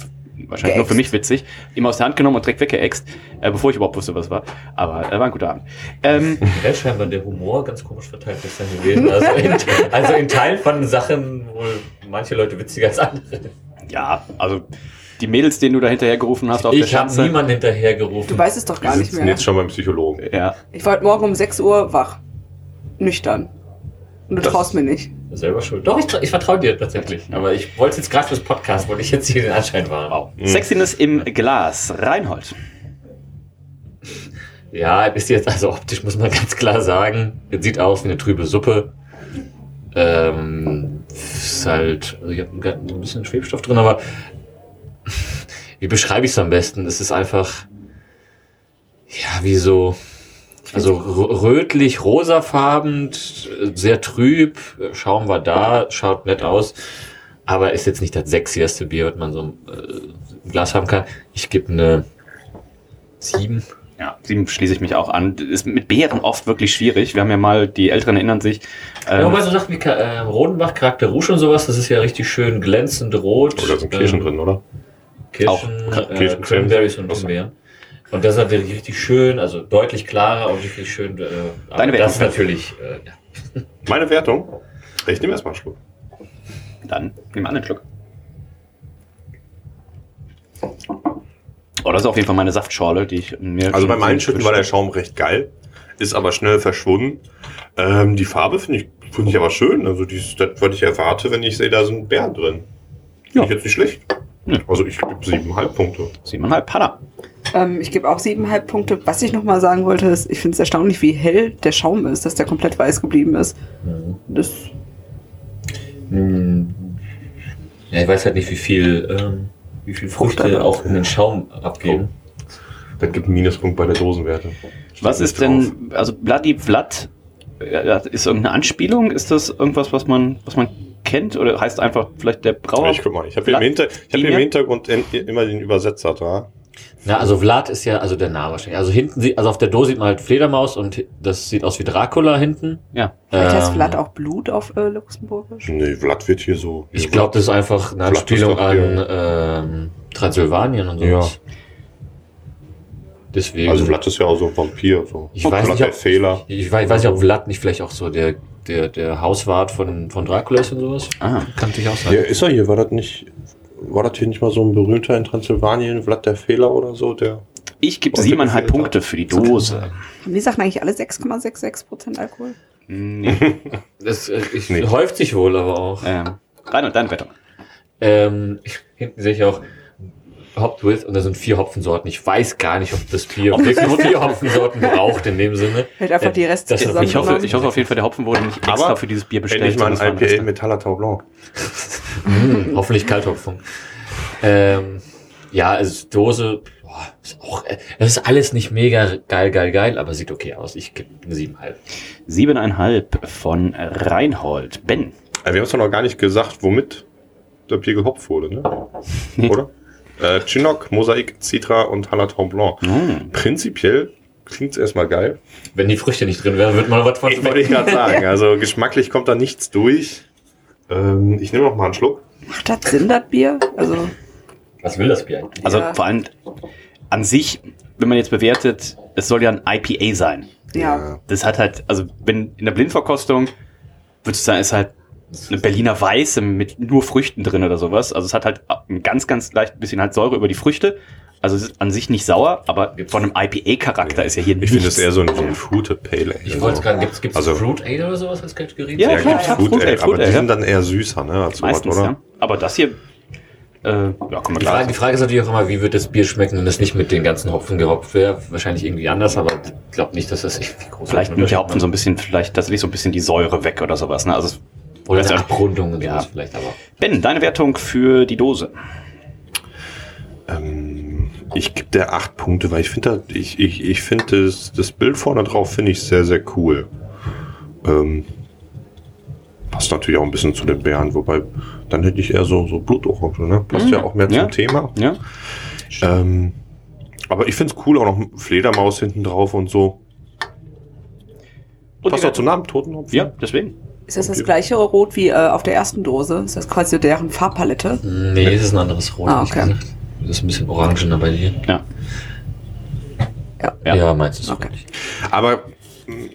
A: wahrscheinlich nur für mich witzig, ihm aus der Hand genommen und direkt weggeäxt, äh, bevor ich überhaupt wusste, was war. Aber äh, war ein guter Abend. Ähm,
D: Generell scheinbar der Humor ganz komisch verteilt gestern gewesen. Also in, also in Teilen fanden Sachen wohl manche Leute witziger als andere.
A: Ja, also die Mädels, denen du da hinterhergerufen hast auf der
D: Ich habe
A: Schanze.
D: niemanden hinterhergerufen.
C: Du weißt es doch
B: Wir
C: gar nicht
B: sitzen
C: mehr.
B: jetzt schon beim Psychologen.
A: Ja,
C: Ich wollte morgen um 6 Uhr wach. Nüchtern. Und du
D: Das-
C: traust mir nicht.
D: Selber schuld. Doch, ich, tra- ich vertraue dir tatsächlich. Aber ich wollte jetzt gerade fürs Podcast, wollte ich jetzt hier den Anschein wahren.
A: Sexiness im Glas. Reinhold.
D: Ja, ist jetzt, also optisch muss man ganz klar sagen, es sieht aus wie eine trübe Suppe. Ähm, ist halt, also ich habe ein bisschen Schwebstoff drin, aber wie beschreibe ich es am besten? Es ist einfach, ja, wie so, also rö- rötlich, rosafarben, sehr trüb, Schaum war da, schaut nett aus, aber ist jetzt nicht das sexieste Bier, was man so äh, im Glas haben kann. Ich gebe eine ne sieben
A: Ja, dem schließe ich mich auch an. Ist mit Beeren oft wirklich schwierig. Wir haben ja mal, die Älteren erinnern sich.
D: Ja,
A: Ähm,
D: wobei so Sachen wie Ka- äh, Rodenbach, Charakter Rouge und sowas, das ist ja richtig schön glänzend rot.
B: Oder sind Kirschen
D: Ähm,
B: drin, oder?
A: Auch
D: Kirschen,
B: Ka-
D: äh,
B: Kirschen-
D: Cranberries und
B: Wasser.
D: Himbeeren. Und das ist natürlich richtig schön, also deutlich klarer und richtig schön. Äh, aber
A: Deine
D: das ist
A: Wertung.
D: natürlich. Äh, ja.
B: Meine Wertung? Ich nehme erstmal einen Schluck.
A: dann nimm einen anderen Schluck. Oh, das ist auf jeden Fall meine Saftschorle, die ich mir.
B: Also beim Einschütten war der Schaum recht geil, ist aber schnell verschwunden. Ähm, die Farbe finde ich, finde ich aber schön. Also die ist das, was ich erwarte, wenn ich sehe, da sind Bären drin. Finde
A: Ja.
B: ich jetzt nicht schlecht.
A: Hm.
B: Also ich gebe siebeneinhalb Punkte.
A: Siebeneinhalb Panna.
C: Ähm, ich gebe auch siebeneinhalb Punkte. Was ich nochmal sagen wollte, ist, ich finde es erstaunlich, wie hell der Schaum ist, dass der komplett weiß geblieben ist. Das,
D: Hm. ja, ich weiß halt nicht, wie viel, ähm, wie viel Früchte
C: Fruchtarbeit.
D: auch in den Schaum abgeben.
B: Das gibt einen Minuspunkt bei der Dosenwerte.
A: Was ist denn, also Bloody Blood, äh, ist irgendeine Anspielung? Ist das irgendwas, was man, was man kennt? Oder heißt einfach vielleicht der Brauer?
B: Also Ich guck mal, ich habe hier, im Hinter- ich hab hier im
A: Linie?
B: Hintergrund in, immer den Übersetzer da.
D: Na, also Vlad ist ja, also der Name wahrscheinlich. Also hinten sieht, also auf der Dose sieht man halt Fledermaus und das sieht aus wie Dracula hinten.
A: Ja.
C: vielleicht heißt
D: Ähm,
C: Vlad auch Blut auf äh, Luxemburgisch.
B: Nee, Vlad wird hier so.
D: Ich glaube, das ist einfach eine
B: Vlad ist
D: Anspielung
B: doch
D: an
B: hier.
D: ähm, Transsilvanien und sowas. Deswegen.
B: Also Vlad ist ja auch so ein Vampir. So.
D: Ich weiß
B: Vlad
D: nicht,
B: der
D: ob-
B: Fehler.
D: Ich weiß, ich weiß nicht, ob Vlad nicht vielleicht auch so der, der, der Hauswart von, von Dracula ist und sowas.
A: Ah.
D: Kann natürlich auch sein.
B: Ja, ist er hier? War das nicht. War das hier nicht mal so ein berühmter in Transsilvanien, Vlad der Fehler oder so? Der
A: Ich gebe
B: Und
A: siebeneinhalb
B: der Filter.
A: Punkte für die Dose.
C: Haben die Sachen eigentlich alle 6,66 Prozent Alkohol?
A: Nee.
D: Das äh, ich,
B: Nee.
D: häuft sich wohl aber auch.
A: ähm, Reinhold, deine Wettung.
D: Ähm, hinten sehe ich auch Hopped with und da sind vier Hopfensorten. Ich weiß gar nicht, ob das Bier wirklich vier Hopfensorten braucht in dem Sinne. Äh,
C: Hält einfach die Reste
D: das- ich
C: zusammen.
A: Ich hoffe, ich hoffe auf jeden Fall, der Hopfen wurde nicht extra
B: Aber
A: für dieses Bier bestellt.
B: Endlich mal
A: sondern
B: ein
A: es war
B: IPA
A: extra.
B: mit Hallertau Blanc.
D: Hm, hoffentlich Kalthopfung. Ähm, ja, also Dose, boah, ist auch, äh, das ist alles nicht mega geil, geil, geil, aber sieht okay aus. Ich gebe eine siebeneinhalb.
A: Siebeneinhalb von Reinhold. Ben.
B: Äh, Wir haben es doch noch gar nicht gesagt, womit der Bier gehopft wurde, ne?
A: Nee.
B: Oder? Äh, Chinook, Mosaik, Citra und Hallertau Blanc.
A: Hm.
B: Prinzipiell klingt's erstmal geil.
D: Wenn die Früchte nicht drin wären, würde man was von
B: Ich wollte ich gerade sagen. Also geschmacklich kommt da nichts durch. Ähm, ich nehme noch mal einen Schluck.
C: Macht das Sinn, das Bier? Also,
D: Was will das Bier eigentlich?
A: Also
C: Ja.
A: vor allem an sich, wenn man jetzt bewertet, es soll ja ein IPA sein.
C: ja.
A: Das hat halt, also wenn in der Blindverkostung, würdest du sagen, ist halt eine Berliner Weiße mit nur Früchten drin oder sowas. Also es hat halt ein ganz, ganz leicht bisschen halt Säure über die Früchte. Also es ist an sich nicht sauer, aber von einem IPA-Charakter ist ja hier
B: Ich
A: nichts.
B: finde es eher so ein, so ein Fruited Pale Ale.
D: Ich wollte gerade, gibt's, gibt's
B: Also-
D: Fruit Ale oder sowas als Kategorie?
A: Ja,
B: Ja,
A: Ja, klar,
B: gibt
A: klar,
B: Fruit,
A: Fruit Ale,
B: Ale,
A: Fruit
B: aber die
A: Ale,
B: sind dann eher süßer, ne? Als sowas,
A: meistens,
B: oder?
A: ja. Aber das hier, äh, ja, kommen wir
D: Die
A: gleich.
D: Frage, die Frage ist natürlich auch immer, wie wird das Bier schmecken, wenn es nicht mit den ganzen Hopfen gehopft wäre? Wahrscheinlich irgendwie anders, aber ich glaube nicht, dass das irgendwie groß
A: Vielleicht nimmt der Hopfen so ein bisschen, vielleicht tatsächlich so ein bisschen die Säure weg oder sowas. Ne? Also, es-
D: Oder
A: weißt
D: eine
A: du-
D: Abrundung und
A: Ja.
D: sowas vielleicht aber.
A: Ben, deine Wertung für die Dose.
B: Ähm, ich gebe der acht Punkte, weil ich finde, da- ich, ich, ich find das, das Bild vorne drauf finde ich sehr, sehr cool. Ähm, passt natürlich auch ein bisschen zu den Bären, wobei dann hätte ich eher so, so Blutorange, ne? Passt ja auch mehr
A: Mhm. ja.
B: zum Thema.
A: Ja?
B: Ähm, aber ich finde es cool, auch noch Fledermaus hinten drauf und so.
A: Und
B: passt
A: die
B: auch zum Namen ne? Totenhopfen.
A: Ja, deswegen.
C: Ist das das gleiche Rot wie äh, auf der ersten Dose? Ist das quasi deren Farbpalette?
D: Nee, es ist ein anderes Rot.
C: Ah,
D: ehrlich
C: okay.
D: gesagt. Das ist ein bisschen orangener bei dir.
A: Ja.
C: Ja.
A: Ja.
D: Ja, meinst du es?
C: Okay.
B: Aber mh,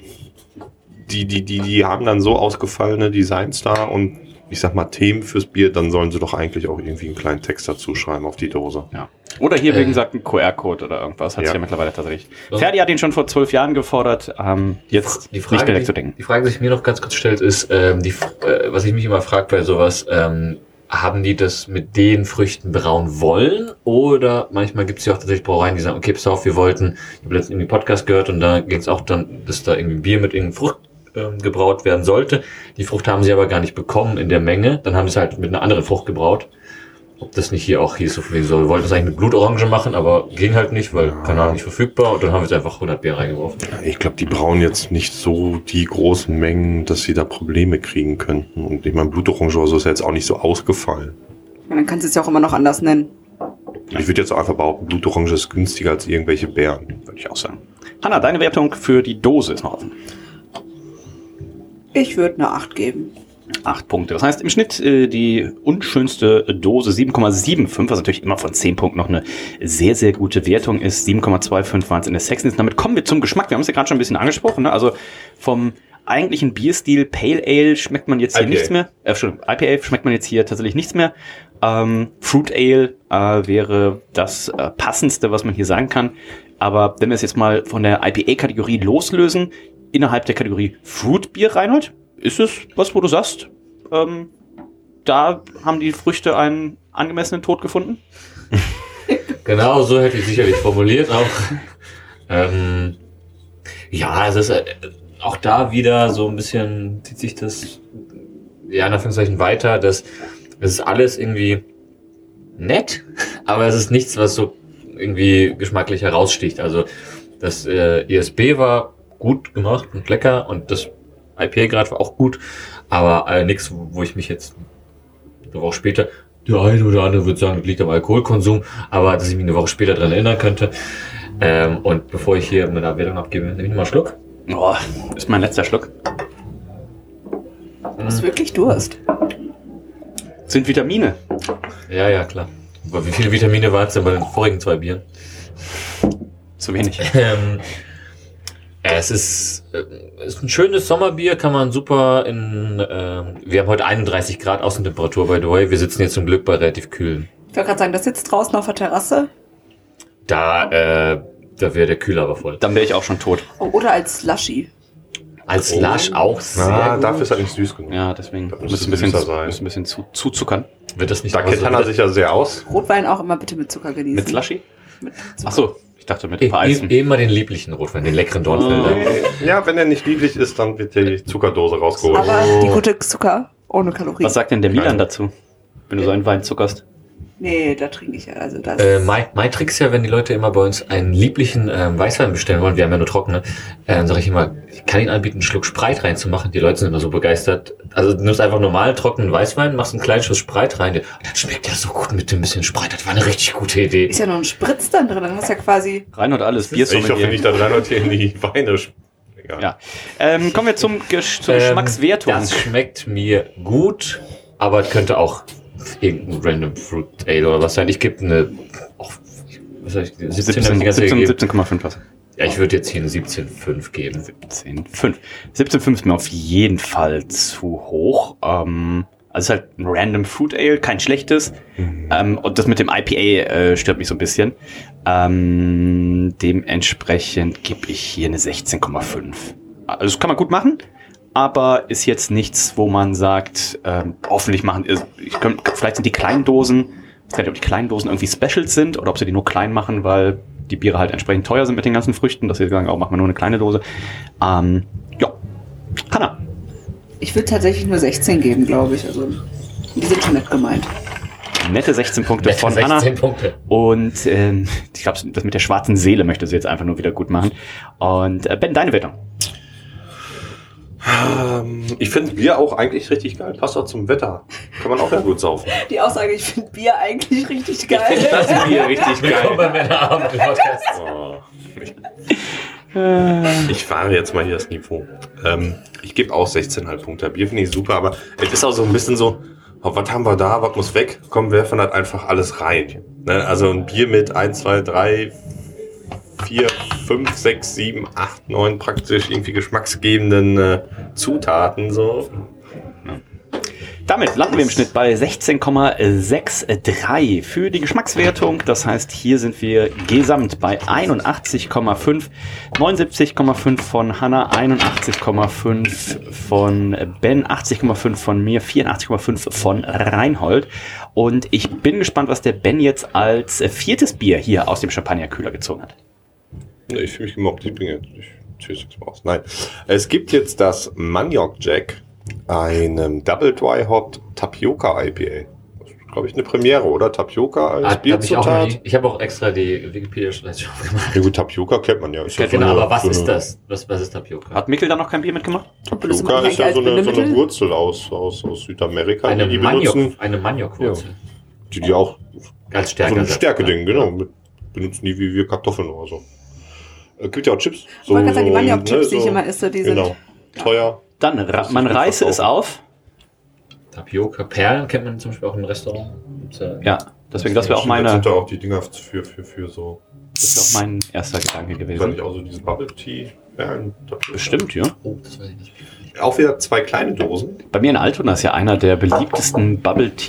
B: die, die, die, die haben dann so ausgefallene Designs da und ich sag mal Themen fürs Bier, dann sollen sie doch eigentlich auch irgendwie einen kleinen Text dazu schreiben auf die Dose.
A: Ja. Oder hier,
D: Äh.
A: wie gesagt, ein QR-Code oder irgendwas. Hat sich
B: Ja.
A: ja mittlerweile tatsächlich.
D: So.
A: Ferdi hat ihn schon vor zwölf Jahren gefordert. Ähm, jetzt
D: Die
A: nicht
D: Frage,
A: direkt zu
D: die,
A: denken.
D: die Frage, die sich mir noch ganz kurz stellt, ist, ähm, die, F- äh, was ich mich immer frage bei sowas, ähm, haben die das mit den Früchten brauen wollen? Oder manchmal gibt es ja auch tatsächlich Brauereien, die sagen, okay, pass auf, wir wollten, ich habe letztens irgendwie einen Podcast gehört und da ging es auch dann, dass da irgendwie Bier mit irgendeiner Frucht ähm, gebraut werden sollte. Die Frucht haben sie aber gar nicht bekommen in der Menge. Dann haben sie es halt mit einer anderen Frucht gebraut. Ob das nicht hier auch hieß, so von wegen so, wir wollten es eigentlich mit Blutorange machen, aber ging halt nicht, weil, keine Ahnung, nicht verfügbar. Und dann haben wir es einfach 100 Bier reingeworfen.
B: Ich glaube, die brauen jetzt nicht so die großen Mengen, dass sie da Probleme kriegen könnten. Und ich meine, Blutorange oder so ist ja jetzt auch nicht so ausgefallen.
C: Ja, dann kannst du es ja auch immer noch anders nennen.
B: Ich würde jetzt auch einfach behaupten, Blutorange ist günstiger als irgendwelche Beeren.
A: würde ich auch sagen. Hanna, deine Wertung für die Dose ist noch offen.
C: Ich würde eine 8 geben.
A: Acht Punkte. Das heißt im Schnitt äh, die unschönste Dose 7,75, was natürlich immer von 10 Punkten noch eine sehr, sehr gute Wertung ist. 7,25 waren es in der Sexiness. Damit kommen wir zum Geschmack. Wir haben es ja gerade schon ein bisschen angesprochen. Ne? Also vom eigentlichen Bierstil Pale Ale schmeckt man jetzt hier
B: IPA.
A: nichts mehr. Äh, Entschuldigung, IPA schmeckt man jetzt hier tatsächlich nichts mehr. Ähm, Fruit Ale äh, wäre das äh, passendste, was man hier sagen kann. Aber wenn wir es jetzt mal von der IPA-Kategorie loslösen, innerhalb der Kategorie Fruit Bier, Reinhold, ist es was, wo du sagst, ähm, da haben die Früchte einen angemessenen Tod gefunden?
D: Genau, so hätte ich sicherlich formuliert auch. Ähm, ja, es ist äh, auch da wieder so ein bisschen zieht sich das ja in Anführungszeichen weiter, dass es ist alles irgendwie nett, aber es ist nichts, was so irgendwie geschmacklich heraussticht. Also das äh, ISB war gut gemacht und lecker und das IPA grad war auch gut, aber äh, nichts, wo ich mich jetzt eine Woche später der eine oder andere würde sagen, das liegt am Alkoholkonsum, aber dass ich mich eine Woche später dran erinnern könnte. Ähm, und bevor ich hier meine Wertung abgebe, nehme ich nochmal einen Schluck.
A: Boah, ist mein letzter Schluck.
C: Du
A: Mhm.
C: hast wirklich Durst.
A: Sind Vitamine.
D: Ja, ja, klar. Aber wie viele Vitamine waren es denn bei den vorigen zwei Bieren?
A: Zu wenig.
D: Ähm, ja, es ist, äh, ist ein schönes Sommerbier, kann man super in. Äh, wir haben heute 31 Grad Außentemperatur, by the way. Wir sitzen jetzt zum Glück bei relativ kühlen.
C: Ich wollte gerade sagen, das sitzt draußen auf der Terrasse.
D: Da, äh, da wäre der Kühler aber voll.
A: Dann wäre ich auch schon tot.
C: Oh, Oder als Slushy.
D: Als Lasch auch sehr.
B: Na,
D: gut.
B: Ah, dafür ist er nicht süß genug.
A: Ja, deswegen
B: Da
A: müssen
B: müsste
A: ein bisschen,
B: süßer sein.
A: müssen ein bisschen zu, zuzuckern.
D: Wird das nicht
B: Da kennt Hanna sich ja sehr aus.
C: Rotwein auch immer bitte mit Zucker genießen.
A: Mit Slushy? Ach so, ich dachte mit ein paar
D: Ich
A: Eisen.
D: nehme E- immer den lieblichen Rotwein, den leckeren
B: Oh.
D: Dornfelder.
B: Ja, wenn er nicht lieblich ist, dann wird die Zuckerdose rausgeholt.
C: Aber die gute Zucker ohne Kalorien.
A: Oh. Was sagt denn der Milan dazu, wenn du so einen Wein zuckerst?
C: Nee, da trinke ich ja. Also das
D: Äh, mein, mein Trick ist ja, wenn die Leute immer bei uns einen lieblichen ähm, Weißwein bestellen wollen, wir haben ja nur trockene, äh, dann sage ich immer, ich kann ihnen anbieten, einen Schluck Spreit reinzumachen. Die Leute sind immer so begeistert. Also du nimmst einfach normal trockenen Weißwein, machst einen kleinen Schuss Spreit rein. die- Dann schmeckt der so gut mit dem bisschen Spreit. Das war eine richtig gute Idee.
C: ist ja noch ein Spritz dann drin. Dann hast du ja quasi.
A: Reinhold alles, Bier
B: ich hoffe nicht, dass Reinhold hier in die Weine sch- Egal.
A: Ja. Ähm, kommen wir zum, Gesch- zur
D: Ähm,
A: Geschmackswertung.
D: Das schmeckt mir gut, aber es könnte auch irgendein Random Fruit Ale oder was sein. Ich gebe eine... Auch, was hab ich, 17, 17,
A: 17,5
D: ganze
A: 17,
D: gegeben.
A: 17,5 was?
D: Ja, ich würde jetzt hier eine 17,5 geben.
A: 17,5. 17,5 ist mir auf jeden Fall zu hoch. Ähm, also es ist halt ein Random Fruit Ale, kein schlechtes. Ähm, und das mit dem IPA äh, stört mich so ein bisschen. Ähm, dementsprechend gebe ich hier eine 16,5. Also das kann man gut machen, aber ist jetzt nichts, wo man sagt, ähm, hoffentlich machen. Ich könnt, vielleicht sind die kleinen Dosen, ich weiß gar nicht, ob die kleinen Dosen irgendwie Specials sind oder ob sie die nur klein machen, weil die Biere halt entsprechend teuer sind mit den ganzen Früchten, dass sie sagen, oh, machen wir nur eine kleine Dose. Ähm, ja, Hanna.
C: Ich würde tatsächlich nur 16 geben, glaube ich. Also die sind schon nett gemeint.
A: Nette 16 Punkte von Hanna.
D: 16 Punkte.
A: Und ähm, ich glaube, das mit der schwarzen Seele möchte sie jetzt einfach nur wieder gut machen. Und äh, Ben, deine Wertung.
B: Ähm, ich finde Bier auch eigentlich richtig geil. Passt auch zum Wetter. Kann man auch ganz gut saufen.
C: Die Aussage, ich finde Bier eigentlich richtig geil.
A: Bier richtig
D: Willkommen beim Männerabend im Podcast.
B: Oh, ich, ich fahre jetzt mal hier das Niveau. Ähm, ich gebe auch 16,5 Punkte. Bier finde ich super, aber es ist auch so ein bisschen so, oh, was haben wir da, was muss weg? Komm, werfen halt einfach alles rein. Ne? Also ein Bier mit 1, 2, 3, 4, 5, 6, 7, 8, 9 praktisch irgendwie geschmacksgebenden äh, Zutaten. So.
A: Damit landen wir im Schnitt bei 16,63 für die Geschmackswertung. Das heißt, hier sind wir gesamt bei 81,5, 79,5 von Hanna, 81,5 von Ben, 80,5 von mir, 84,5 von Reinhold. Und ich bin gespannt, was der Ben jetzt als viertes Bier hier aus dem Champagnerkühler gezogen hat.
B: Ne, ich fühle mich gemobbt. Ich bin jetzt. Ich ziehe es jetzt mal aus. Nein. Es gibt jetzt das Maniok Jack, einem Double Dry Hop Tapioca IPA. Das ist, glaube ich, eine Premiere, oder? Tapioca als
D: Ah, hab ich auch noch nie-
B: Bierzutat.
D: ich habe auch extra die Wikipedia-Seite aufgemacht.
B: Ja gut, Tapioca kennt man ja. Ist ja so
D: Genau,
B: eine-
D: aber was
B: so
D: ist
B: eine-
D: das? Was, was ist Tapioca?
A: Hat Mikkel da noch kein Bier mitgemacht?
C: Benutzt
B: Tapioca
C: man
B: ist
C: eigentlich
B: ja also so
C: als
B: eine, so eine
C: Bindemittel?
B: Wurzel aus, aus, aus Südamerika,
D: Eine
B: die die
D: Maniok,
B: benutzen,
D: eine Maniokwurzel.
B: die, die auch
D: Als
B: so genau.
D: Stärke.
B: ein Stärke-Ding, genau. Benutzen die wie wir Kartoffeln oder so. Äh, gibt ja auch Chips. ne,
C: Ich wollte gerade sagen, die machen ja auch Chips, die ich
B: so-
C: immer esse. Die sind
B: Genau. Teuer.
A: Dann, ra man reiße es auf.
D: Tapioca, Perlen kennt man zum Beispiel auch im Restaurant. Gibt's
A: Ja, deswegen, das wäre auch,
B: Jetzt
A: meine,
B: sind da auch die Dinger für, für, für so.
A: das wär auch mein erster Gedanke
B: Kann ich
A: gewesen.
B: auch so diese Bubble Tea. Ja,
A: Bestimmt, ja.
D: Oh, das weiß ich nicht.
B: Auch wieder zwei kleine Dosen.
A: Bei mir in Altona ist ja einer der beliebtesten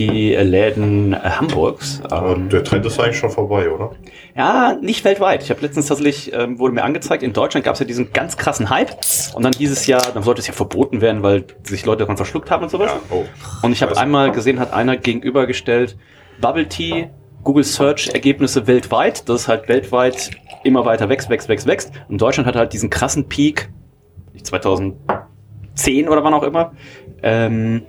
A: Bubble-Tea-Läden äh, Hamburgs.
B: Aber
A: Ähm,
B: Ah. der Trend ist eigentlich schon vorbei, oder?
A: Ja, nicht weltweit. Ich habe letztens tatsächlich, ähm, wurde mir angezeigt, in Deutschland gab es ja diesen ganz krassen Hype. Und dann dieses Jahr, dann sollte es ja verboten werden, weil sich Leute davon verschluckt haben und sowas.
B: Oh.
A: Und ich habe
B: Weiß.
A: einmal gesehen, hat einer gegenübergestellt, Bubble Tea, Google Search Ergebnisse weltweit, das ist halt weltweit immer weiter wächst, wächst, wächst, wächst. Und Deutschland hat halt diesen krassen Peak, nicht 2010 oder wann auch immer. Ähm,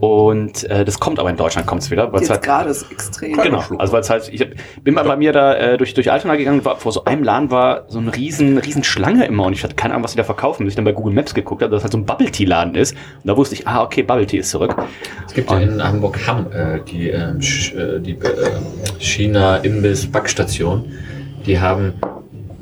A: und äh, das kommt aber in Deutschland kommt es wieder, weil es
C: jetzt
A: halt
C: gerade ist extrem.
A: Genau, also weil es halt, ich hab- bin mal bei mir da äh, durch, durch Altona gegangen, war, vor so einem Laden war so eine riesen, riesen Schlange immer und ich hatte keine Ahnung, was die da verkaufen, bis ich dann bei Google Maps geguckt habe, dass halt so ein Bubble-Tea-Laden ist und da wusste ich, ah, okay, Bubble-Tea ist zurück.
D: Es gibt ja in Hamburg Hamm äh, die, ähm, Sch äh, die äh, China-Imbiss-Backstation. Die haben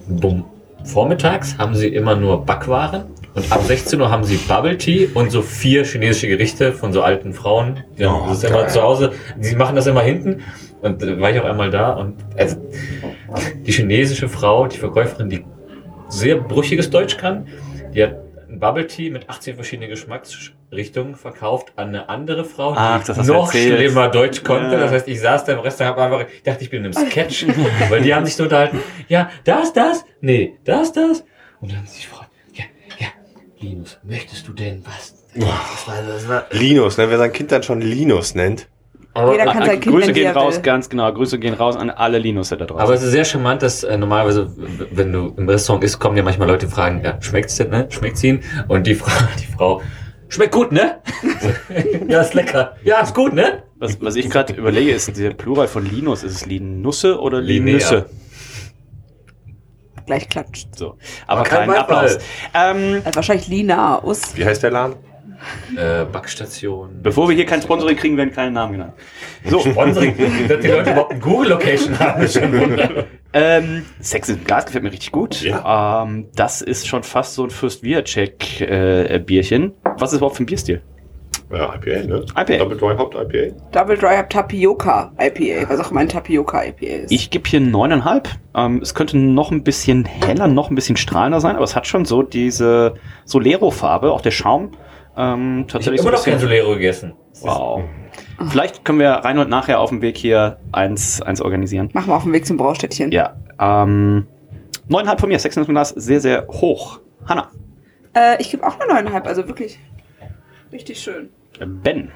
D: bumm, vormittags haben sie immer nur Backwaren und ab 16 Uhr haben sie Bubble Tea und so vier chinesische Gerichte von so alten Frauen. Die haben das ist immer zu Hause. Die machen das immer hinten. Und äh, war ich auch einmal da und also, die chinesische Frau, die Verkäuferin, die sehr brüchiges Deutsch kann, die hat ein Bubble Tea mit 18 verschiedenen Geschmacksrichtungen verkauft an eine andere Frau, die
A: Ach, das hast du
D: noch
A: erzählt.
D: schlimmer Deutsch konnte.
A: Ja.
D: Das heißt, ich saß da im Restaurant, hab einfach, ich dachte, ich bin in einem Sketch, weil die haben sich so unterhalten, ja, das, das, nee, das, das. Und dann haben sie sich gefragt, ja, ja, Linus, möchtest du denn was? Das war, das war,
B: Linus, ne? Wer sein Kind dann schon Linus nennt.
C: Jeder kann
A: Ah,
C: sein Kind
A: Grüße
C: nennen, wie
A: gehen
C: er
A: raus,
C: will.
A: ganz genau, Grüße gehen raus an alle Linusse da draußen.
D: Aber es ist sehr charmant, dass äh, normalerweise, w- wenn du im Restaurant isst, kommen ja manchmal Leute und fragen, ja, schmeckt's denn, ne? Schmeckt's ihnen? Und die Frau, die Frau, schmeckt gut, ne? ja, ist lecker. Ja, ist gut, ne?
A: was, was ich gerade überlege, ist der Plural von Linus, ist es Linusse oder
D: Linea.
A: Linüsse?
C: Gleich klatscht.
A: So. Aber
D: kein
A: keinen
D: Beifall.
A: Applaus. Ähm,
C: Also wahrscheinlich Lina aus.
B: Wie heißt der Laden?
D: Äh, Backstation.
A: bevor wir hier kein Sponsoring kriegen, werden keine Namen genannt. So,
D: Sponsoring, dass die Leute überhaupt eine Google-Location haben, ist schon wunderbar.
A: Ähm, Sex im Glas gefällt mir richtig gut. Ähm, das ist schon fast so ein Fürst Wiercheck äh, Bierchen. Was ist überhaupt für ein Bierstil?
B: Ja, IPA, ne?
A: IPA.
B: Double Dry Haupt IPA.
C: Double Dry Up Tapioca IPA, was auch mein Tapioca IPA ist.
A: Ich gebe hier neuneinhalb. Ähm, es könnte noch ein bisschen heller, noch ein bisschen strahlender sein, aber es hat schon so diese Solero-Farbe, auch der Schaum. Ähm,
D: Ich habe
A: tatsächlich
D: immer noch
A: so ein
D: kein
A: bisschen-
D: Solero gegessen.
A: Wow. Vielleicht können wir Reinhold nachher auf dem Weg hier eins, eins organisieren.
C: Machen wir auf dem Weg zum Braustädtchen.
A: Ja. Ähm, neuneinhalb von mir, Sex im Glas, sehr, sehr hoch. Hanna.
C: Äh, ich gebe auch nur neuneinhalb, also wirklich richtig schön.
A: Ben.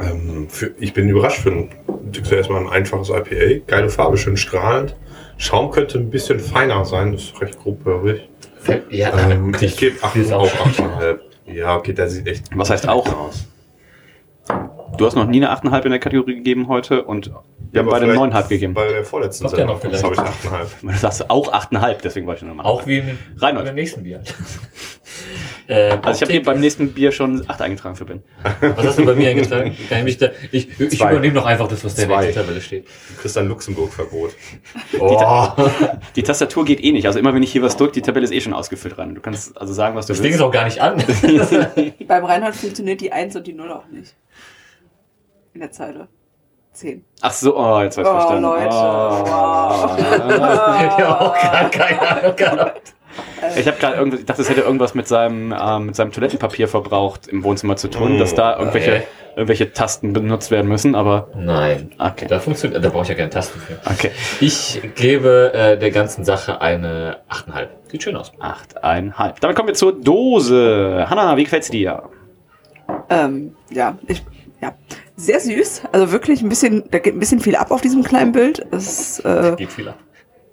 B: Ähm, für, ich bin überrascht für ein, zuerst mal ein einfaches IPA. Geile Farbe, schön strahlend. Schaum könnte ein bisschen feiner sein, das ist recht grobhörig.
D: Ja,
B: Ähm, ich gebe
D: das
B: 8,5.
D: ist auch
B: Auch 8,5. Ja, okay, der sieht echt
A: Was heißt auch?
B: aus.
A: Du hast noch nie eine 8,5 in der Kategorie gegeben heute und wir haben
B: aber
A: beide
B: vielleicht
A: 9,5 gegeben.
B: Bei der vorletzten
D: Macht der noch
B: das habe ich 8,5.
A: Du sagst auch 8,5, deswegen wollte ich nur mal.
D: auch wie im,
A: Reinhold.
D: beim nächsten Bier.
A: Also
D: äh,
A: ich habe
D: Optik-
A: hier beim nächsten Bier schon 8 eingetragen für Ben.
D: Was hast du bei mir eingetragen? Kann ich mich da, ich, ich
B: Zwei.
D: übernehme noch einfach das, was da in
B: Zwei.
D: der Tabelle steht.
B: Du kriegst ein Luxemburg-Verbot.
D: Oh,
A: Die Tastatur geht eh nicht. Also immer wenn ich hier was drücke, die Tabelle ist eh schon ausgefüllt rein. Du kannst also sagen, was du
D: das Ding ist auch gar nicht an.
C: Beim Reinhold funktioniert die 1 und die 0 auch nicht. In der Zeile. 10.
A: Ach so, oh, jetzt weiß ich Oh.
C: Oh,
A: verstanden.
C: Leute.
D: ja, auch gar keine Ahnung gehabt.
A: Ich habe gerade irgendwie, ich dachte, es hätte irgendwas mit seinem, ähm, mit seinem Toilettenpapier verbraucht im Wohnzimmer zu tun,
D: Oh,
A: dass da irgendwelche,
D: Okay.
A: irgendwelche Tasten benutzt werden müssen, aber
D: Nein.
A: Okay.
D: Da funktioniert, da brauche ich ja keine Tasten für.
A: okay.
D: Ich gebe äh, der ganzen Sache eine 8,5. Sieht schön aus.
A: 8,5. Damit kommen wir zur Dose. Hanna, wie gefällt's dir?
C: Ähm, ja, ich, ja. Sehr süß. Also wirklich ein bisschen, da geht ein bisschen viel ab auf diesem kleinen Bild. Es, äh,
D: Geht viel ab.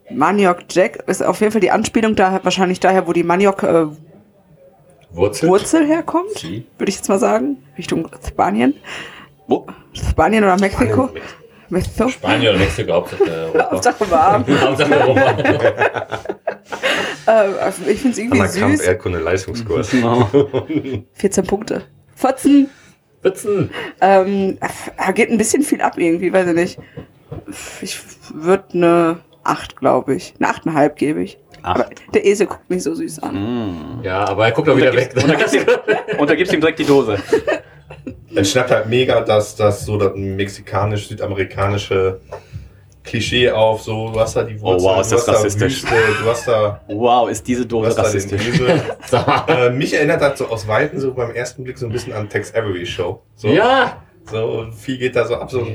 C: Maniok Jack ist auf jeden Fall die Anspielung daher, wahrscheinlich daher, wo die Maniok äh,
D: Wurzel.
C: Wurzel herkommt,
D: Sie.
C: würde ich jetzt mal sagen. Richtung Spanien.
A: Wo?
C: Spanien oder Mexiko. Mexiko.
D: Spanien oder Mexiko, Hauptsache Europa.
C: Hauptsache warm.
D: Hauptsache Europa.
C: Ähm, also ich finde es irgendwie
B: Anna Kamp,
C: süß.
B: Erdkunde, Leistungskurs.
A: Genau.
C: 14 Punkte. 14.
D: Witzen.
C: Ähm, da geht ein bisschen viel ab irgendwie, weiß ne ich nicht. Ich würde eine 8, glaube ich. Eine 8,5 Ne, gebe ich. Aber der Esel guckt mich so süß an.
A: Mhm.
D: Ja, aber er guckt auch wieder weg.
A: Und da gibst, ihm, und da gibst ihm direkt die Dose.
B: Es schnappt halt mega das, das so das mexikanisch-südamerikanische Klischee auf. So, du hast da die Wurzeln,
A: Oh, wow, ist
B: du
A: das
B: hast
A: rassistisch.
B: da Wüste, du hast da,
A: Wow, ist diese
B: du
A: Dose
B: hast da den
A: rassistisch.
B: Esel. äh, mich erinnert das so aus Weitem so beim ersten Blick so ein bisschen an Tex Avery Show. So,
D: ja!
B: So, und viel geht da so ab, so,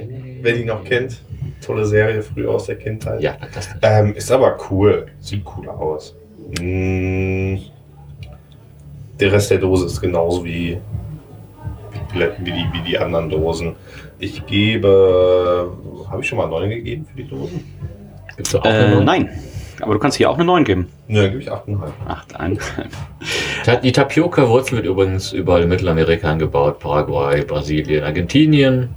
B: wer die noch kennt. Tolle Serie, früh aus der Kindheit.
D: Ja, das
B: Ähm, ist aber cool. Sieht cool aus. Mm, der Rest der Dose ist genauso wie, wie, die, wie die anderen Dosen. Ich gebe. Habe ich schon mal 9 gegeben für die Dosen?
D: gibt's auch
A: Äh,
D: noch.
A: nein. Aber du kannst hier auch eine 9 geben.
B: Nö, dann gebe ich 8,5.
A: Acht, ein.
D: Ta- Die Tapioca-Wurzel wird übrigens überall in Mittelamerika angebaut. Paraguay, Brasilien, Argentinien.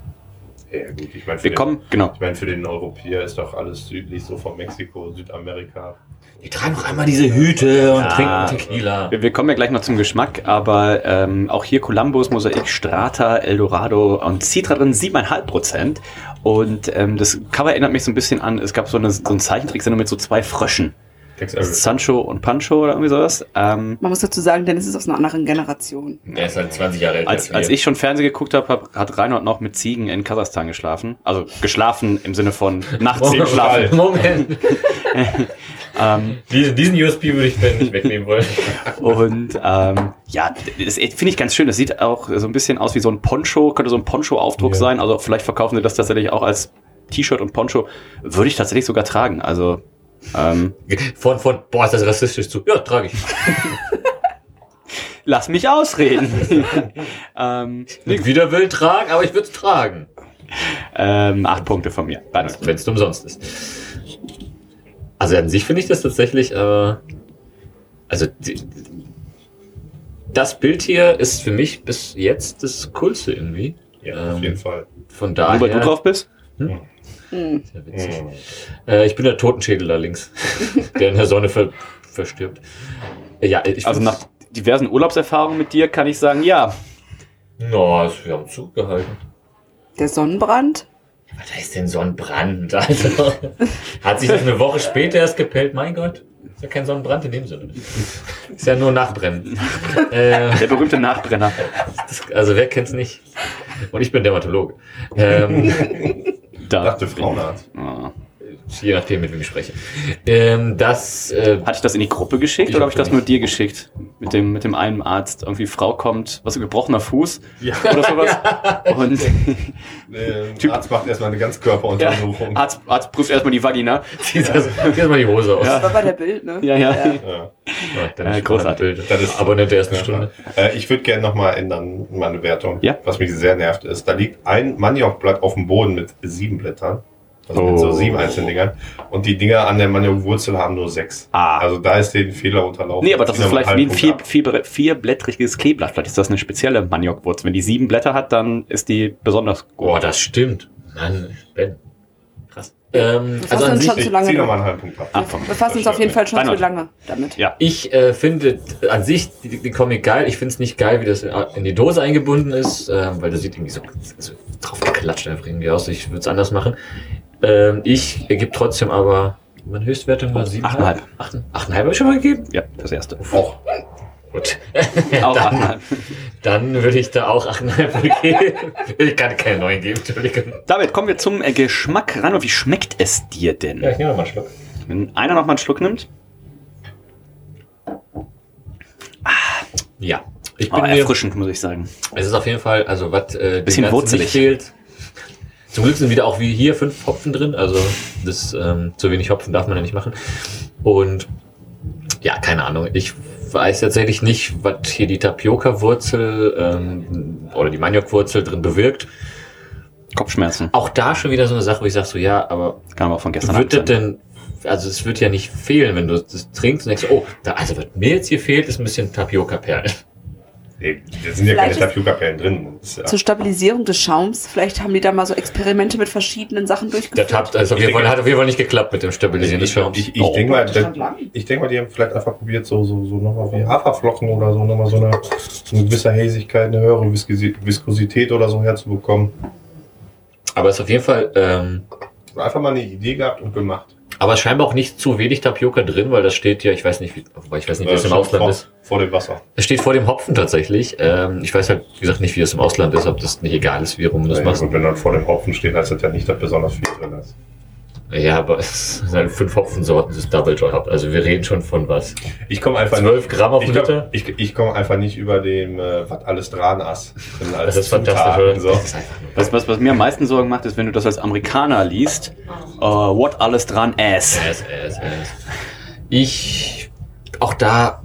B: Ja, gut. Ich meine, für,
A: Wir
B: den-
A: kommen, genau.
B: ich mein, für den Europäer ist doch alles südlich so von Mexiko, Südamerika.
D: Die tragen noch einmal diese Hüte und
A: Ja.
D: trinken Tequila.
A: Wir, wir kommen ja gleich noch zum Geschmack, aber ähm, auch hier Columbus, Mosaik, Strata, Eldorado und Citra drin 7,5 Prozent. Und ähm, das Cover erinnert mich so ein bisschen an, es gab so, eine, so einen Zeichentricksendung mit so zwei Fröschen.
B: Tex
A: Sancho und Pancho oder irgendwie sowas. Ähm,
C: Man muss dazu sagen, Dennis ist aus einer anderen Generation.
D: Der ist halt 20 Jahre älter
A: als,
D: wir.
A: als ich schon Fernsehen geguckt habe, hab, hat Reinhold noch mit Ziegen in Kasachstan geschlafen. Also geschlafen im Sinne von nachts im Schlaf.
D: Oh, Moment.
A: Ähm,
D: Diesen, diesen USP würde ich mir nicht wegnehmen wollen.
A: Und ähm, ja, das finde ich ganz schön. Das sieht auch so ein bisschen aus wie so ein Poncho, könnte so ein Poncho-Aufdruck
D: Ja.
A: sein. Also vielleicht verkaufen sie das tatsächlich auch als T-Shirt und Poncho. Würde ich tatsächlich sogar tragen. Also ähm,
D: Von, von, boah, ist das rassistisch zu. Ja, trage ich.
A: lass mich ausreden. ähm,
D: Nicht wieder will tragen, aber ich würde es tragen.
A: ähm, acht Punkte von mir. Beides.
D: Wenn es Also, umsonst ist. Also an sich finde ich das tatsächlich, äh, also die, das Bild hier ist für mich bis jetzt das coolste irgendwie.
B: Ja, auf
D: Ähm,
B: jeden Fall.
D: Von
A: Nur
D: daher.
A: weil du drauf bist?
C: Hm.
D: Sehr witzig.
B: Mhm.
D: Äh, ich bin der Totenschädel da links, der in der Sonne ver verstirbt. Äh, Ja, ich
A: Also
D: find's-
A: nach diversen Urlaubserfahrungen mit dir kann ich sagen, ja.
D: No, also wir haben Zug gehalten.
C: Der Sonnenbrand?
D: Was heißt denn Sonnenbrand? Also, hat sich das eine Woche später erst gepellt? Mein Gott, ist ja kein Sonnenbrand in dem Sinne. Ist ja nur Nachbrennen. äh,
A: Der berühmte Nachbrenner.
D: das, also wer kennt's nicht? Und ich bin Dermatologe. Ähm,
A: Da
B: Dachte
A: bin ich.
B: Frauenarzt.
A: Ah.
D: je nachdem, mit wem ich spreche. Ähm, das äh,
A: Hatte ich das in die Gruppe geschickt
D: Ich
A: oder habe
D: hab
A: ich das
D: nicht.
A: nur dir geschickt? Mit dem, mit dem einen Arzt. Irgendwie Frau kommt, was, gebrochener Fuß
B: Ja.
A: oder sowas. Und
B: Äh,
A: Typ-
B: Arzt macht erstmal eine
A: ja,
B: Ganzkörperuntersuchung.
A: Arzt, Arzt prüft erstmal die Vagina.
D: zieht erstmal die Hose aus.
C: Das war bei der Bild, ne?
A: Ja, ja.
B: Ja.
D: Ja, dann
A: Äh, großartig.
D: ist man am Bild.
B: Das ist-
D: Abonnent der ersten
B: Ja.
D: Stunde.
B: Äh, ich würde gerne nochmal ändern, meine Wertung.
A: Ja.
B: Was mich sehr nervt, ist, da liegt ein Maniokblatt auf dem Boden mit sieben Blättern. Also mit so
A: Oh.
B: sieben einzelnen Dingern. Und die Dinger an der Maniokwurzel haben nur sechs.
A: Ah.
B: Also da ist den Fehler unterlaufen.
A: Nee, aber das
B: Zieh
D: Genau,
A: ist
B: noch
A: vielleicht
B: einen
A: wie ein
B: halben
A: vier, vier,
B: Punkt
A: vierblättriges Kleeblatt. Vielleicht ist das eine spezielle Maniokwurzel. Wenn die sieben Blätter hat, dann ist die besonders
D: Boah,
A: gut.
D: das stimmt. Mann, Ben. Krass. Ähm,
C: Das hast
D: also
C: du
D: an
C: uns
D: sich,
C: schon
B: ab.
C: zu
B: Ich
C: lange.
B: zieh noch mal
C: Wir
B: einen halben Punkt ab.
C: befassen uns auf jeden Fall schon zu
A: Reinhold.
C: lange damit.
A: Ja.
D: ich äh, finde an sich die- den Comic geil. Ich finde es nicht geil, wie das in die Dose eingebunden ist, äh, weil das sieht irgendwie so, so drauf geklatscht einfach irgendwie aus. Ich würde es anders machen. Ähm, ich gebe trotzdem aber, meine Höchstwertung war 7,5.
A: Achteinhalb.
D: 8,5 habe ich schon mal gegeben?
A: Ja, das erste.
D: Oh. Gut.
A: Auch
D: Dann-
A: achteinhalb.
D: Dann würde ich da auch 8,5 geben. Ich kann keine neuen geben, Entschuldigung.
A: Damit kommen wir zum äh, Geschmack. Reinhold, wie schmeckt es dir denn?
D: ich nehme nochmal einen Schluck.
A: Wenn einer nochmal einen Schluck nimmt,
D: Ja. Ich bin
A: aber
D: mir,
A: Oh, erfrischend, muss ich sagen.
D: es ist auf jeden Fall, also was äh, dem
A: Bisschen
D: Ganzen
A: wurzelig.
D: nicht fehlt. Zum Glück sind wieder auch wie hier fünf Hopfen drin, also das ähm, zu wenig Hopfen darf man ja nicht machen. Und ja, keine Ahnung. Ich weiß tatsächlich nicht, was hier die Tapioca-Wurzel ähm, oder die Maniokwurzel drin bewirkt.
A: Kopfschmerzen.
D: Auch da schon wieder so eine Sache, wo ich sag so, ja, aber
A: Kann aber auch von gestern
D: Wird das
A: Abend sein.
D: denn, also es wird ja nicht fehlen, wenn du das trinkst und denkst, oh, da, also was mir jetzt hier fehlt, ist ein bisschen Tapioca-Perlen.
B: Nee, da sind ja keine
C: Vielleicht ist-
B: Tapioca-Perlen drin. Das ist, ja-
C: Zur Stabilisierung des Schaums. Vielleicht haben die da mal so Experimente mit verschiedenen Sachen
D: Der
C: durchgeführt.
D: Tab, also auf
B: Ich
D: jeden Fall,
B: denke-
D: hat auf jeden Fall nicht geklappt mit dem Stabilisieren des
B: ich,
D: Schaums.
B: ich, ich
D: Oh.
B: denke mal, da- ich denk mal, die haben vielleicht einfach probiert, so, so, so nochmal wie Haferflocken oder so, nochmal so eine, so eine gewisse Häsigkeit, eine höhere Viskosi- Viskosität oder so herzubekommen.
D: Aber es ist auf jeden Fall, ähm,
B: Einfach mal eine Idee gehabt und gemacht.
D: Aber scheinbar auch nicht zu wenig Tapioca drin, weil das steht ja, ich weiß nicht, wie, wobei ich weiß nicht, wie es im Ausland
B: vor,
D: ist.
B: vor dem Wasser.
D: Es steht vor dem Hopfen tatsächlich. Ähm, ich weiß halt, wie gesagt, nicht, wie es im Ausland ist, ob das nicht egal ist, wie rum du das
B: Ja,
D: machst.
B: Und wenn dann vor dem Hopfen steht, heißt das ja nicht, dass besonders viel drin ist.
D: Ja, aber es sind halt fünf Hopfensorten des Double Joy Hop. Also wir reden schon von was.
B: Ich komme einfach
D: 12 Gramm auf
B: ich
D: Liter?
B: komm, ich, ich komm einfach nicht über dem, äh, was alles dran ist. drin als
D: Das ist
B: Zutaten,
D: fantastisch. oder?
B: So.
D: Das ist einfach nur-
A: Was, was, was mir am meisten Sorgen macht, ist, wenn du das als Amerikaner liest, äh, what alles dran ass.
D: Ass, ass, ass. Ich, auch da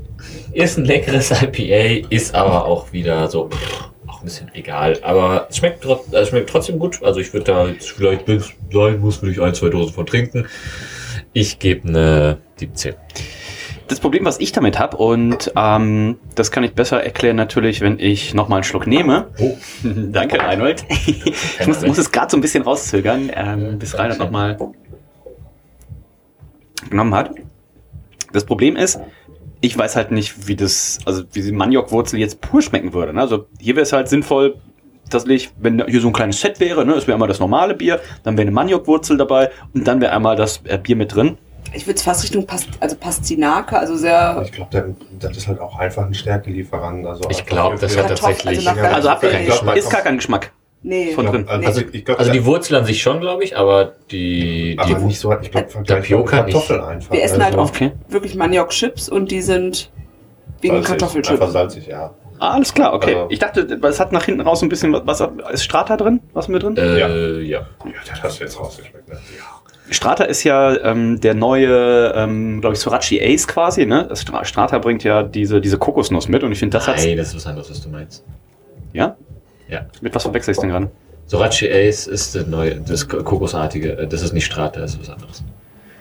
D: ist ein leckeres IPA, ist aber auch wieder so, pff, auch ein bisschen egal. Aber es schmeckt, trot- also es schmeckt trotzdem gut. Also ich würde da jetzt vielleicht, wenn es sein muss, würde ich ein, zwei Dosen von trinken. Ich ne gebe eine 17.
A: Das Problem, was ich damit habe, und ähm, das kann ich besser erklären natürlich, wenn ich nochmal einen Schluck nehme.
D: Oh.
A: Danke, Reinhold. ich muss, muss es gerade so ein bisschen rauszögern, ähm, bis Reinhold nochmal genommen hat. Das Problem ist, ich weiß halt nicht, wie das, also wie die Maniokwurzel jetzt pur schmecken würde. Ne? Also hier wäre es halt sinnvoll, dass ich, wenn hier so ein kleines Set wäre, ne, es wäre einmal das normale Bier, dann wäre eine Maniokwurzel dabei und dann wäre einmal das äh, Bier mit drin.
C: Ich würde es fast Richtung Past also Pastinake, also sehr
B: Ich glaube, das ist halt auch einfach ein Stärkelieferant. Also
D: Ich glaub, das hat
B: das.
C: Kartoffel,
D: tatsächlich-
C: also nach
A: Also habt ihr,
C: Kartoffeln.
B: Ich glaub, man
A: ist gar
B: kommt-
A: kein Geschmack.
C: Nee.
A: von drin.
B: Also, ich glaub,
D: Also
B: da-
D: die Wurzel an sich schon, glaube ich, aber die, die
B: aber nicht so, ich glaube,
D: Tapioca nicht.
B: Kartoffeln einfach.
C: Wir essen halt
B: Also,
C: oft
A: Okay.
C: wirklich Maniok-Chips und die sind wegen
B: salzig, Einfach
C: Kartoffelchips.
B: salzig, ja.
A: Ah, alles klar, okay.
B: Also-
A: ich dachte, es hat nach hinten raus ein bisschen was. was ist Strata drin? Was mit drin?
D: äh, ja.
B: Ja, das hast du jetzt rausgeschmeckt. Ne? Ja.
A: Strata ist ja ähm, der neue, ähm, glaube ich, Sorachi Ace quasi, ne? Das Stra- Strata bringt ja diese, diese Kokosnuss mit und ich finde, das hat.
D: Nein, das ist was anderes, was du meinst.
A: Ja?
D: Ja.
A: Mit was verwechsel ich denn gerade?
D: Sorachi Ace ist der neue, das Kokosartige. äh, Das ist nicht Strata, das ist was anderes.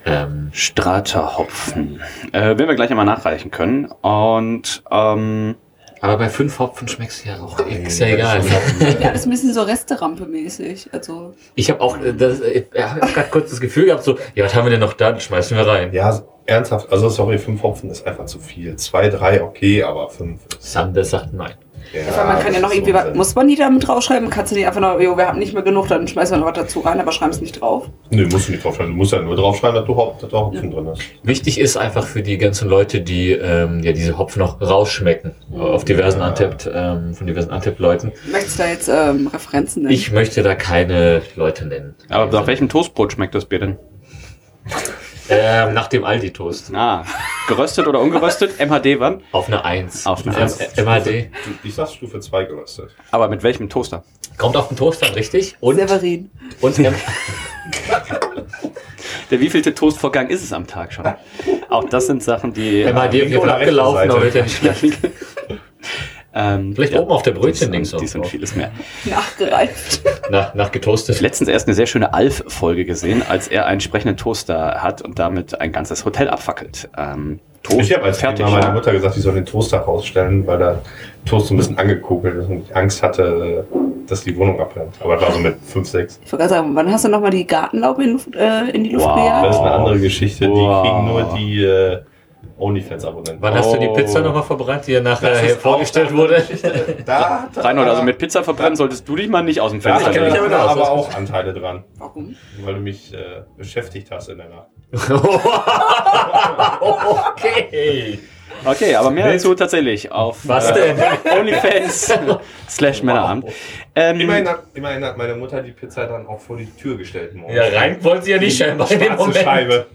D: Ähm,
A: Strata Hopfen. Äh, werden wir gleich einmal nachreichen können. Und ähm,
D: aber bei fünf Hopfen schmeckst du ja auch. Ist ja
B: Nee,
D: egal.
B: das ist schon-
C: Ja, das ist ein bisschen so Resterampe-mäßig. Also,
D: Ich habe auch äh, das, äh, ich hab gerade kurz das Gefühl gehabt, so, ja, was haben wir denn noch da? Das Schmeißen wir rein.
B: Ja, ernsthaft. Also sorry, fünf Hopfen ist einfach zu viel. Zwei, drei, okay, aber fünf. ist-
D: Sander sagt nein.
B: Ja,
C: weil man
B: das
C: kann ja noch
B: ist
C: irgendwie,
B: Unsinn.
C: muss man die da mit draufschreiben? Kannst du nicht einfach noch, jo, wir haben nicht mehr genug, dann schmeißen wir noch was dazu rein, aber schreiben es nicht drauf.
B: Nö, musst du nicht draufschreiben. Du musst ja nur draufschreiben, dass du Hopfen, dass da Hopfen drin ist.
D: Wichtig ist einfach für die ganzen Leute, die ähm, ja diese Hopfen noch rausschmecken äh, auf diversen
B: Ja.
D: Untapped, ähm, von diversen Untapped-Leuten.
C: Möchtest du da jetzt ähm, Referenzen nennen?
D: Ich möchte da keine Leute nennen.
A: aber nach welchem Toastbrot schmeckt das Bier denn?
D: Ähm, nach dem Aldi-Toast.
A: Ah, geröstet oder ungeröstet? MHD wann?
D: Auf eine 1.
A: Auf eine
D: Ähm,
A: Eins.
D: äh, MHD.
B: Stufe- Ich sag Stufe 2 geröstet.
A: Aber mit welchem Toaster?
D: Kommt auf den Toast an, richtig? Und,
C: Severin.
D: und ähm,
A: Der wievielte Toastvorgang ist es am Tag schon? Auch das sind Sachen, die.
D: MHD auf jeden Fall
B: Oder rechte
D: abgelaufen, aber
B: Seite.
D: wird ja nicht schlecht.
A: ähm,
D: Vielleicht oben auf der Brötchen links
A: Die sind
D: auch.
A: vieles mehr.
C: Nachgereift.
D: Nach, nach getoastet.
A: Letztens erst eine sehr schöne Alf-Folge gesehen, als er einen sprechenden Toaster hat und damit ein ganzes Hotel abfackelt. Ähm,
D: Oh,
A: Toast,
B: ich habe als
A: fertig.
B: Kind mal meiner Mutter gesagt, ich soll den Toaster rausstellen, weil der Toast so ein bisschen angekokelt ist und ich Angst hatte, dass die Wohnung abbrennt. Aber das war so mit 5, 6.
C: Ich wollte gerade sagen, wann hast du nochmal die Gartenlaube in, Luft- äh, in die Luft
A: Wow.
C: gejagt?
B: Das ist eine
D: Oh.
B: andere Geschichte.
A: Wow.
B: Die kriegen nur die äh, OnlyFans-Abonnenten.
D: Wann hast du die
A: Oh.
D: Pizza nochmal verbrannt, die ja nachher
B: Das ist
D: hier
B: auch
D: vorgestellt
B: eine
D: wurde?
B: Geschichte. Da, da,
A: Reinhold, also mit Pizza verbrennen solltest du dich mal nicht aus dem
B: da,
A: Fenster
D: kenn
B: da,
D: mich
A: lehnen.
D: aber
B: da
D: aus.
B: aber auch Anteile dran,
C: Warum?
B: weil du mich äh, beschäftigt hast in der Nacht.
D: Hm. okay.
A: Okay, aber mehr dazu tatsächlich auf
D: Was
A: äh,
D: denn?
A: OnlyFans slash Männerabend. Ähm,
B: Immerhin hat, immerhin hat meine Mutter die Pizza dann auch vor die Tür gestellt. morgens.
D: Ja, rein wollen sie ja nicht scheinbar in dem
B: Schwarze
D: Moment.
B: Scheibe.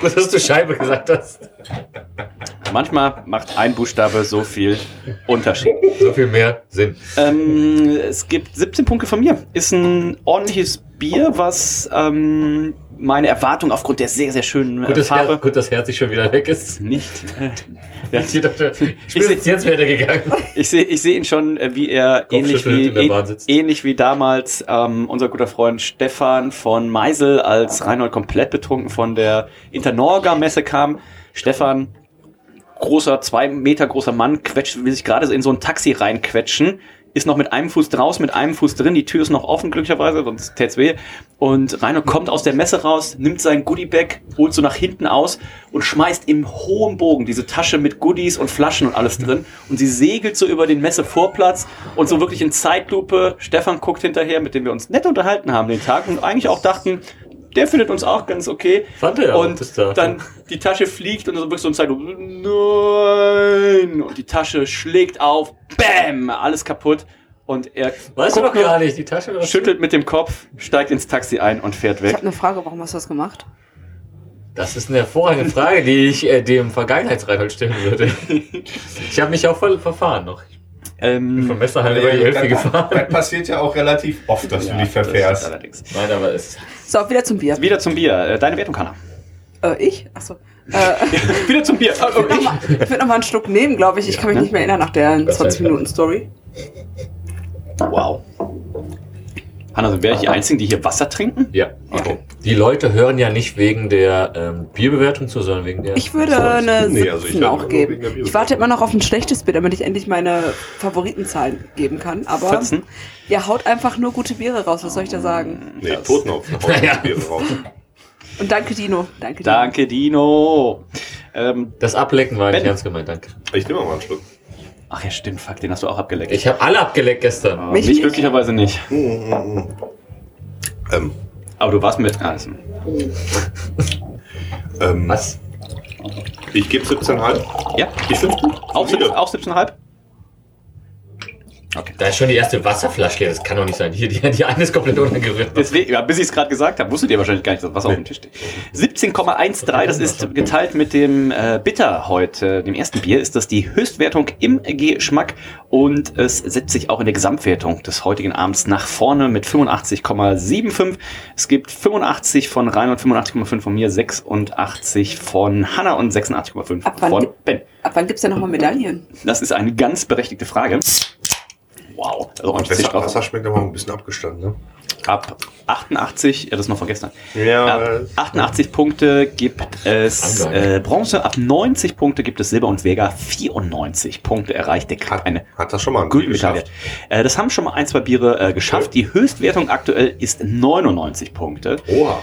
D: Gut, dass du Scheibe gesagt hast.
A: manchmal macht ein Buchstabe so viel Unterschied.
D: So viel mehr Sinn.
A: Ähm, es gibt 17 Punkte von mir. Ist ein ordentliches Bier, was ähm, meine Erwartung aufgrund der sehr, sehr schönen
D: Gut,
A: äh,
D: dass, Her
A: Farbe
D: gut, dass Herzig schon wieder weg ist.
A: nicht. äh, ja,
D: Ich dachte,
A: Ich
D: spätestens
A: seh-
D: jetzt wäre der gegangen.
A: ich sehe ich seh ihn schon, äh, wie er ähnlich
D: Kopfschüttelnd
A: wie,
D: in der Bahn
A: äh,
D: sitzt.
A: ähnlich wie damals ähm, unser guter Freund Stefan von Meisel, als Reinhold komplett betrunken von der Internorga-Messe kam. Stefan, großer, zwei Meter großer Mann, quetscht, will sich gerade so in so ein Taxi reinquetschen, ist noch mit einem Fuß draußen, mit einem Fuß drin, die Tür ist noch offen, glücklicherweise, sonst tät's weh. Und Reinhold kommt aus der Messe raus, nimmt sein Goodiebag, holt so nach hinten aus und schmeißt im hohen Bogen diese Tasche mit Goodies und Flaschen und alles drin. Und sie segelt so über den Messevorplatz und so wirklich in Zeitlupe. Stefan guckt hinterher, mit dem wir uns nett unterhalten haben den Tag und eigentlich auch dachten, der findet uns auch ganz okay.
D: Fand er ja auch bis
A: Und
D: dato.
A: dann die Tasche fliegt und so wirklich so ein Zeitung. Nein! Und die Tasche schlägt auf. Bam! Alles kaputt. Und er
D: Weißt du
A: guckt
D: doch gar nicht, die Tasche war
A: schüttelt mit dem Kopf, steigt ins Taxi ein und fährt
C: Ich
A: weg.
C: habe eine Frage, warum hast du das gemacht?
D: Das ist eine hervorragende Frage, die ich äh, dem Vergangenheitsreifel stellen würde. Ich habe mich auch voll verfahren noch. Ich bin vom
A: Ähm,
D: Messer halber über die Hälfte
B: Das
D: gefahren.
B: passiert ja auch relativ oft, dass du dich verfährst.
A: das allerdings.
D: Nein, aber es
C: So, wieder zum Bier.
A: Wieder zum Bier. Äh, Deine Wertung, Hanna.
C: Äh, ich? Achso. Äh,
A: Wieder zum Bier. Ah, okay.
C: nochmal- ich würde nochmal einen Schluck nehmen, glaube ich. Ich kann mich nicht mehr erinnern nach der
D: Gott sei
C: 20-Minuten-Story.
A: Wow. Hanna, sind wir die Einzigen, die hier Wasser trinken?
D: Ja, okay. Die Leute hören ja nicht wegen der ähm, Bierbewertung zu, sondern wegen der.
C: Ich würde
D: So,
C: eine
B: nee,
C: 17
B: also ich hatte
C: auch
B: nur wegen
C: geben.
B: der Bibel.
C: Ich warte immer noch auf ein schlechtes Bier, damit ich endlich meine Favoritenzahlen geben kann. Aber
A: 14.
C: ihr haut einfach nur gute Biere raus, was soll ich da sagen?
B: Nee, Totenkopf. Haut
D: Ja.
B: das Bier drauf.
C: Und danke, Dino. Danke, Dino.
A: Danke, Dino. Ähm,
D: Das Ablecken war
A: Ben.
D: nicht ernst gemeint, danke.
B: Ich nehme auch mal einen Schluck.
A: ach ja, stimmt, fuck, den hast du auch abgeleckt.
D: Ich habe alle abgeleckt gestern.
A: Aber
C: Mich
A: mich
C: nicht.
A: glücklicherweise nicht.
B: Ähm,
A: Aber du warst mit. Ah, ist ein-
B: ähm,
D: Was?
B: Ich gebe 17,5.
A: Ja,
B: Ich finde es gut.
A: auch,
B: Solide.
A: 17, auch 17,5?
D: Da ist schon die erste Wasserflasche. Das kann doch nicht sein. Hier, die, die eine ist komplett unangerührt.
A: Deswegen, ja, bis ich es gerade gesagt habe, wusstet ihr wahrscheinlich gar nicht, dass Wasser auf dem Tisch steht. 17,13, das ist geteilt mit dem äh, Bitter heute, dem ersten Bier, ist das die Höchstwertung im Geschmack und es setzt sich auch in der Gesamtwertung des heutigen Abends nach vorne mit 85,75. Es gibt 85 von Reinhold, 85,5 von mir, 86 von Hanna und 86,5
C: Ab wann
A: von
C: gibt-
A: Ben.
C: Ab wann gibt's denn nochmal Medaillen?
A: Das ist eine ganz berechtigte Frage. Wow, also ordentlich
B: Besser,
A: drauf.
B: Wasser schmeckt aber ein bisschen abgestanden, ne?
A: Ab 88, ja, das ist noch von gestern.
B: Ja,
A: Ab 88 Punkte gibt es
D: Anlage.
A: äh, Bronze, ab 90 Punkte gibt es Silber und Vega. 94 Punkte erreicht, der kriegt
B: Hat,
A: eine
B: hat das schon mal ein Bier
A: Gültmedaille.
B: geschafft.
A: Äh, das haben schon mal ein, zwei Biere äh, geschafft. Die Höchstwertung aktuell ist 99 Punkte.
D: Oha.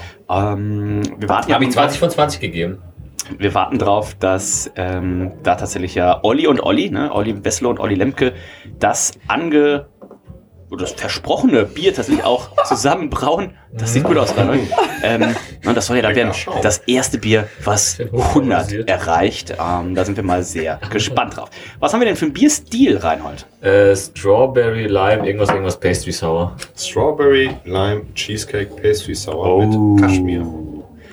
A: Ähm, wir warten
D: Ich
A: ja
D: habe ihm 20 von 20 gegeben.
A: wir warten drauf, dass ähm, da tatsächlich ja Olli und Olli, ne, Olli Wessler und Olli Lemke, das ange oder das versprochene Bier tatsächlich auch zusammenbrauen. Das sieht gut aus, Rainer. Ähm, na, das soll ja dann
D: Mhm. Lecker
A: werden
D: Schaum.
A: das erste Bier, was
D: Schön
A: 100
D: hochorganisiert.
A: erreicht. Ähm, da sind wir mal sehr gespannt drauf. Was haben wir denn für einen Bierstil, Reinhold?
D: Äh, Strawberry, Lime, irgendwas, irgendwas, Pastry Sour.
B: Strawberry, Lime, Cheesecake, Pastry Sour
D: Oh.
B: mit Kaschmir.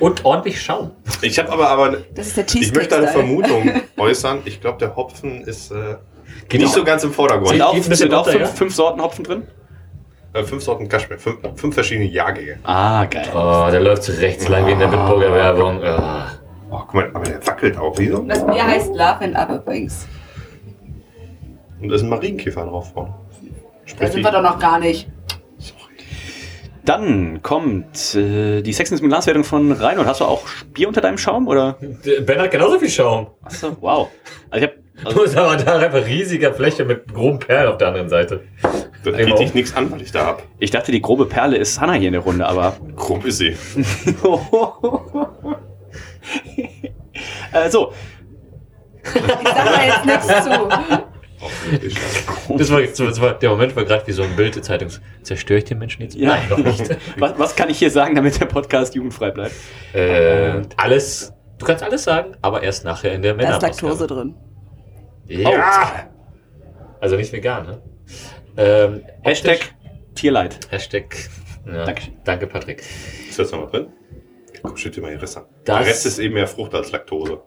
D: Und ordentlich Schaum.
B: Ich habe aber, aber
C: Das ist der
B: ich möchte eine
C: Cheesecake-Style.
B: Vermutung äußern. Ich glaube, der Hopfen ist äh,
D: Geht
B: nicht
D: auch.
B: so ganz im
A: Sind
B: Vordergrund.
D: Sieht
A: auch,
D: ein bisschen
A: sind auch
D: runter,
A: fünf,
D: ja?
A: fünf Sorten Hopfen drin?
B: Äh, fünf Sorten Kaschmir, fünf, fünf verschiedene Jahrgänge.
A: Ah, geil.
D: Oh, der läuft so rechts lang wie in der Bitburger-Werbung. Ah.
B: Oh, guck mal, aber der wackelt auch. Wieso? Und
C: Das Bier heißt Love and Other Things.
B: da ist ein Marienkäfer drauf vorne.
C: Da
B: Sprich,
C: sind wir
B: die-
C: doch noch gar nicht.
A: Dann kommt äh, die Sexens mit Glaswertung von Reinhold. Hast du auch Bier unter deinem Schaum? Oder?
D: Der Ben hat genauso viel Schaum.
A: Achso, wow. Also ich habe
D: Du hast aber da eine riesige Fläche mit groben Perlen auf der anderen Seite.
B: das
D: Einmal
B: geht dich
D: auf.
B: nichts an, was ich da hab.
A: Ich dachte, die grobe Perle ist Hanna hier in der Runde, aber.
B: Krumm ist sie.
A: äh, so,
C: Ich sag da jetzt nichts zu.
B: Offensichtlich.
D: Das war, jetzt- das war, der Moment war gerade wie so ein Bild der Zeitung. Zerstöre ich den Menschen jetzt?
A: Ja.
D: Nein, doch nicht.
A: was, was kann ich hier sagen, damit der Podcast jugendfrei bleibt?
D: äh, alles. Du kannst alles sagen, aber erst nachher in der
C: Da
D: Männer.
C: ist Laktose drin.
A: Oh,
D: Ja. Also nicht vegan, ne? Ähm, optisch-
A: Hashtag Tierleid.
D: Hashtag. Ja.
A: Dankeschön.
D: Danke, Patrick.
B: Ist das noch mal drin? Komm, schütt dir mal die Reste an.
D: Das-
B: Der Rest ist eben mehr Frucht als Laktose.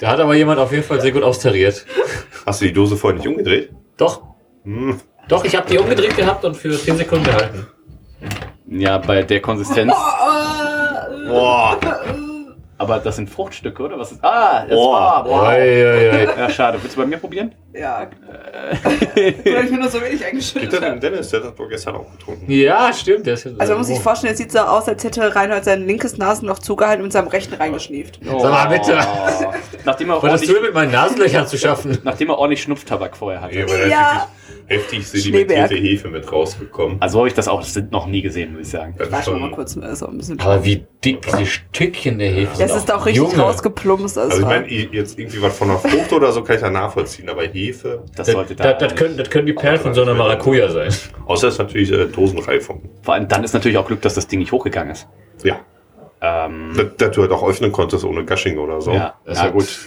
D: Da hat aber jemand auf jeden Fall sehr gut austariert.
B: Hast du die Dose vorher nicht umgedreht?
D: Doch. Doch, ich habe die umgedreht gehabt und für 10 Sekunden gehalten.
A: Ja, bei der Konsistenz.
B: Boah,
A: Aber das sind Fruchtstücke, oder? Was ist. Ah, das
B: Boah.
A: war.
D: Oh, Oi,
A: Boah.
D: oi, oi.
A: Ja, schade. Willst du bei mir probieren?
C: Ja.
B: Äh.
C: Oder ich bin nur so wenig
B: geht das
C: eingeschüttet.
B: denn Dennis? Der hat doch gestern auch getrunken.
D: Ja, Oh. stimmt. Der ist
C: Also man muss sich
B: Oh.
D: Sag
C: vorstellen, es sieht so aus, als hätte Reinhold sein linkes Nasenloch zugehalten und seinem rechten reingeschnieft.
D: mal
A: Oh.
D: bitte.
A: Nachdem er,
D: Was hast du denn
A: ordentlich,
D: mit meinen Nasenlöchern zu schaffen?
A: nachdem er ordentlich Schnupftabak vorher
B: Ja,
A: hatte.
B: aber da ist
C: Ja.
B: wirklich heftig sedimentierte Hefe mit rausgekommen.
A: Also habe ich das auch noch nie gesehen, muss ich sagen.
B: Das ist
C: Warte mal
B: schon,
C: kurz, so ein bisschen.
D: Aber wie dick diese Stückchen der Hefe sind.
C: Das ist auch richtig
D: Junge.
C: rausgeplumpst. Also
B: also ich
C: war-
B: meine, i- jetzt irgendwie was von einer Frucht oder so kann ich ja nachvollziehen, aber Hefe.
A: Das
D: Das,
A: sollte da.
D: das, das, können, das können die Perlen von so einer Maracuja sein.
B: Außer es ist natürlich äh, Dosenreifung.
A: Vor allem dann ist natürlich auch Glück, dass das Ding nicht hochgegangen ist.
B: Ja.
A: Ähm,
B: Dass, dass du halt auch öffnen konntest ohne Gushing oder so.
A: Ja,
D: Oh, Das
A: ja
D: ist
A: gut.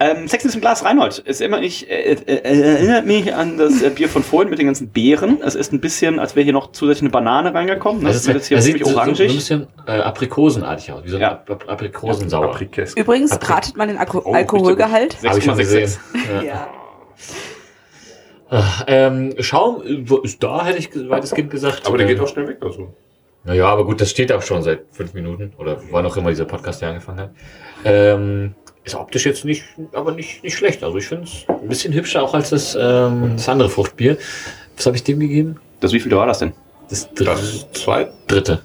A: Ähm, Sex ist im Glas Reinhold ist immer nicht, äh, äh, erinnert mich an das äh, Bier von vorhin mit den ganzen Beeren. Es ist ein bisschen, als wäre hier noch zusätzlich eine Banane reingekommen. Ne? Das, wird jetzt hier
D: Also das sieht
A: ziemlich
D: so, so
A: orangig.
D: ein bisschen äh, aprikosenartig aus, wie so ein
A: Ja.
D: Ap- Ap- Aprikosensauer.
B: Aprikes.
C: Übrigens
D: April.
C: ratet man den Alko
A: Oh,
C: Alkoholgehalt.
A: richtig.
D: Hab ich schon
A: 6,66.
D: gesehen. Ja. Ah, Ähm, Schaum äh, wo ist da, hätte ich ge- weitestgehend gesagt.
B: Aber der
D: Ähm,
B: geht auch schnell weg. Also.
D: Naja, aber gut, das steht auch schon seit fünf Minuten oder wann auch immer dieser Podcast hier angefangen hat. Ähm, ist optisch jetzt nicht, aber nicht, nicht schlecht. Also ich finde es ein bisschen hübscher auch als das, ähm, das andere Fruchtbier. Was habe ich dem gegeben?
A: Das wie viel war das denn?
D: Das, dr
B: Das zweite.
D: dritte.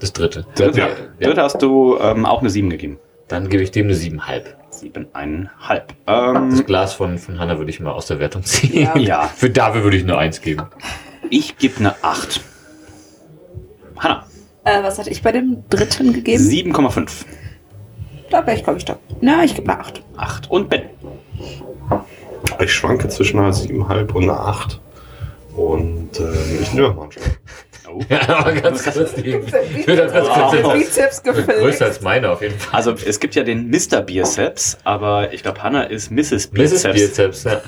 D: Das dritte.
A: Dritte,
B: Ja.
A: Dritte hast du ähm, auch eine 7 gegeben.
D: Dann gebe ich dem eine siebenhalb.
A: 7,5.
D: Das
A: Ähm,
D: Glas von, von Hanna würde ich mal aus der Wertung ziehen.
C: Ja.
A: Ja.
D: Für dafür würde ich eine eins geben.
A: ich gebe eine 8. Hanna,
C: Äh, was hatte ich bei dem dritten gegeben?
A: 7,5.
C: Da wäre ich, glaube ich, da. Na, ich gebe eine 8.
A: 8. Und Ben.
B: Ich schwanke zwischen einer 7,5 und einer 8. Und äh, ich nehme mal einen Schluck.
D: Ja, aber ganz kurz. Die, ich würde das ganz kurz
C: Bizeps
D: Größer als meine auf jeden Fall.
A: Also es gibt ja den Mr. Bierceps, aber ich glaube, Hanna ist Mrs.
D: Mrs.
A: Bierceps.
D: Bizeps, ja.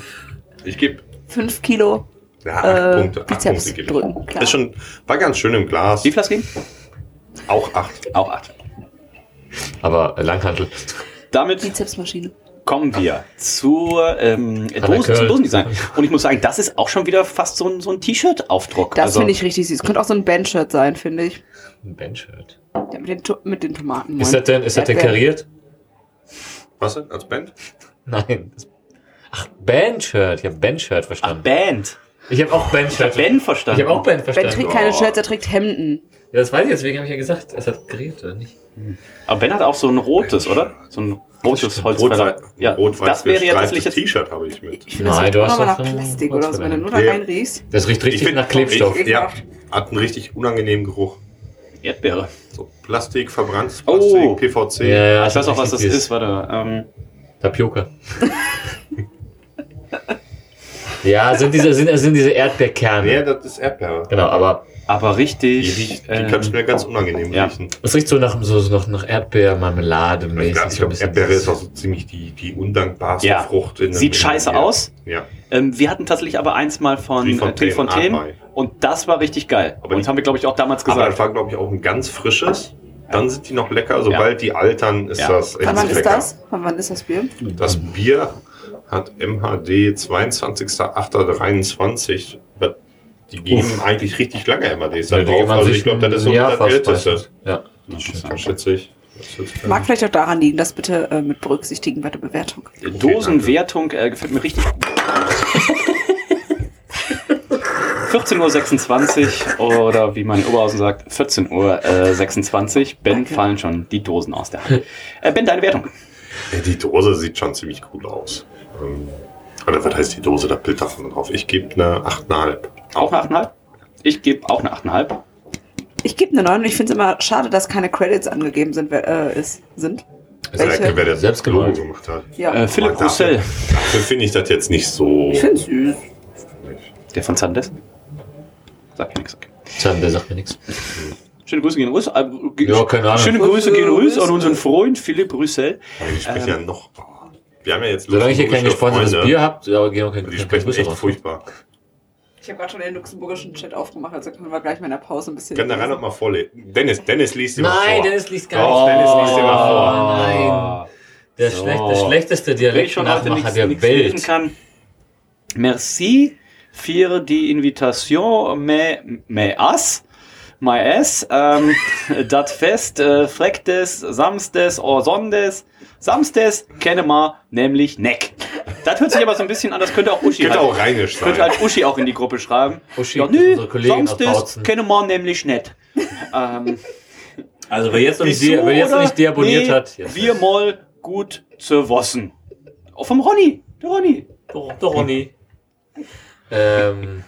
B: Ich gebe
C: 5 Kilo
B: ja, acht
C: äh,
B: Punkte. Acht
C: Bizeps
B: Punkte gebe ich.
C: drücken. Klar.
B: Ist schon, war ganz schön im Glas.
A: Wie viel hast du gegeben?
B: Auch 8.
A: Auch 8.
D: Aber äh, Langhantel.
A: Damit
C: Bizepsmaschine.
A: kommen wir zur, ähm,
D: Hat er
A: Dosen, zum
D: gehört.
A: Dosendesign. Und ich muss sagen, das ist auch schon wieder fast so ein, so ein T-Shirt-Aufdruck.
C: Das
A: Also,
C: finde ich richtig süß. Könnte auch so ein Bandshirt sein, finde ich.
D: Ein Bandshirt.
C: Ja, mit, den, To- mit den Tomaten.
D: Ist das denn, ist das denn
C: Erdbeeren.
D: kariert?
B: Was denn? Als Band?
D: Nein. das- Ach, Bandshirt. Ich habe Bandshirt
A: Ach,
D: verstanden.
A: ah, Band.
D: ich habe auch
A: Ich habe
D: Bandshirt.
A: Ben
D: Ich
A: verstanden.
D: habe auch Band
C: Ben
D: verstanden.
C: trägt keine Shirts, er trägt Hemden.
D: Ja, das weiß ich, deswegen habe ich ja gesagt, es hat kariert oder nicht.
A: Aber Ben hat auch so ein rotes, oder? So ein rotes Holzfäller.
B: Rot-wei-
A: Ja, das wäre jetzt
B: gestreiftes
A: tatsächlich jetzt
B: T-Shirt habe ich mit.
C: Ich finde, das
D: Nein,
C: riecht
D: du
C: immer
D: hast
C: mal nach
D: doch ein
C: Plastik oder so, wenn du nur da
B: Ja.
C: reinriechst.
D: Das riecht richtig
B: find-
D: nach Klebstoff.
B: Ich, ja, hat einen richtig unangenehmen Geruch.
A: Erdbeere.
B: So Plastik, verbranntes Plastik,
A: Oh.
B: PVC.
D: ja, also
A: Ich weiß auch, was das
D: richtig
A: ist. Warte. Ähm,
D: Tapioca. ja, sind diese, sind, sind diese Erdbeerkerne.
B: Nee, das ist Erdbeere.
D: Genau, aber
A: aber
B: Die,
A: richtig.
B: riecht, die
A: ähm,
B: kann schnell ganz unangenehm
A: ja.
B: riechen.
D: es riecht so nach, so, so nach, nach Erdbeermarmelade.
B: Ich
D: mäßig,
B: glaube,
D: so ein bisschen
B: Erdbeere ist auch so ziemlich die, die undankbarste
A: Ja.
B: Frucht. In
A: Sieht
B: einem-
A: scheiße
B: ja.
A: aus.
B: Ja.
A: Ähm, wir hatten tatsächlich aber eins mal von äh,
B: Trifontaine,
A: Trifontaine.
B: Artmai.
A: Und das war richtig geil.
B: Aber
A: und
B: die-
A: haben wir, glaube ich, auch damals
B: Aber das
A: gesagt.
B: war, glaube ich, auch ein ganz frisches. Dann sind die noch lecker. Sobald die altern, ist
A: Ja.
B: das echt
C: Wann, wann ist
B: lecker.
C: das? Wann, wann ist das Bier?
B: Das Bier hat MHD 22.08.23. Was- Die geben eigentlich richtig lange MHDs da
D: Ja, die
B: drauf.
D: man
B: Also
D: sich
B: ich glaube, das ist
D: ein
B: so
D: Jahr
B: das
D: fast
B: älteste.
D: meistens. Ja.
B: Schätze ich. Das
A: Äh.
B: ist-
C: Mag vielleicht auch daran liegen, das bitte äh, mit berücksichtigen bei der Bewertung.
A: Die Dosenwertung äh, gefällt mir richtig gut. 14.26 Uhr oder wie man in Oberhausen sagt, 14.26 Uhr. Äh, 26. ben
C: Danke.
A: fallen schon die Dosen aus der Hand. Äh, ben, deine Wertung.
B: Ja, Die Dose sieht schon ziemlich cool aus. Ähm, Oder was heißt die Dose? Da Bild davon drauf. Ich ne gebe eine 8,5.
A: Auch eine 8,5? Ich gebe auch eine 8,5.
C: Ich gebe eine 9 und ich finde es immer schade, dass keine Credits angegeben sind. wer- Äh, ist, sind. Welche?
B: Wer das
D: Selbst
B: Logo
D: gemalt.
B: gemacht hat.
C: Ja.
A: Äh, Philipp
B: Dafür-
A: Roussel,
B: Dafür finde ich das jetzt nicht so.
C: ich finde es süß.
A: der von Sandes. Sag mir nichts. Okay.
D: Tja, der sagt mir nichts.
A: Schöne Grüße gehen raus. Äh, ge-
D: Ja, keine Ahnung.
A: Schöne Grüße gehen raus an unseren Freund Philipp Rüssel.
B: Ich spreche
C: Ähm.
B: ja noch. Wir haben ja jetzt
D: Solange ich hier kein gesponsertes
B: Freunde,
D: Bier habt, aber gehen auch kein
B: Die
D: kein
B: sprechen
D: Grüße
B: echt
D: raus.
B: furchtbar.
C: Ich habe gerade schon den luxemburgischen Chat aufgemacht, also können wir gleich mal in der Pause ein bisschen.
B: Können der Reinhard mal vorlesen? Dennis, Dennis liest dir mal
D: Nein,
B: vor. Oh.
D: Dennis liest gar
B: Doch,
D: nicht.
B: Dennis liest dir mal vor.
A: Oh,
D: nein. Der,
A: So.
D: schlecht, der schlechteste
A: Wenn ich schon heute
D: Dialektnachmacher
A: nichts
D: der
A: nichts reden
D: Welt.
A: kann. Merci für die Invitation, mais, mais as, my ass, ähm, das Fest, äh, Frektes, Samstes, or Sondes, Samstes, kenne ma, nämlich Neck. Das hört sich aber so ein bisschen an, das könnte auch Uschi
B: Könnte
A: halt-
B: auch rheinisch sein.
A: Könnte halt Uschi auch in die Gruppe schreiben.
D: Uschi
A: ja,
D: ist
A: nö,
D: unsere Kollegin aus
A: Samstes,
D: Bautzen.
A: kenne ma, nämlich nicht. ähm,
D: Also wer jetzt noch nicht,
A: Wieso,
D: wer jetzt noch
A: oder?
D: nicht deabonniert
A: Nee,
D: hat, jetzt
A: Wir mal gut zu Wossen. Auch vom Ronny. Der Ronny.
D: Doch, doch Ronny. ähm,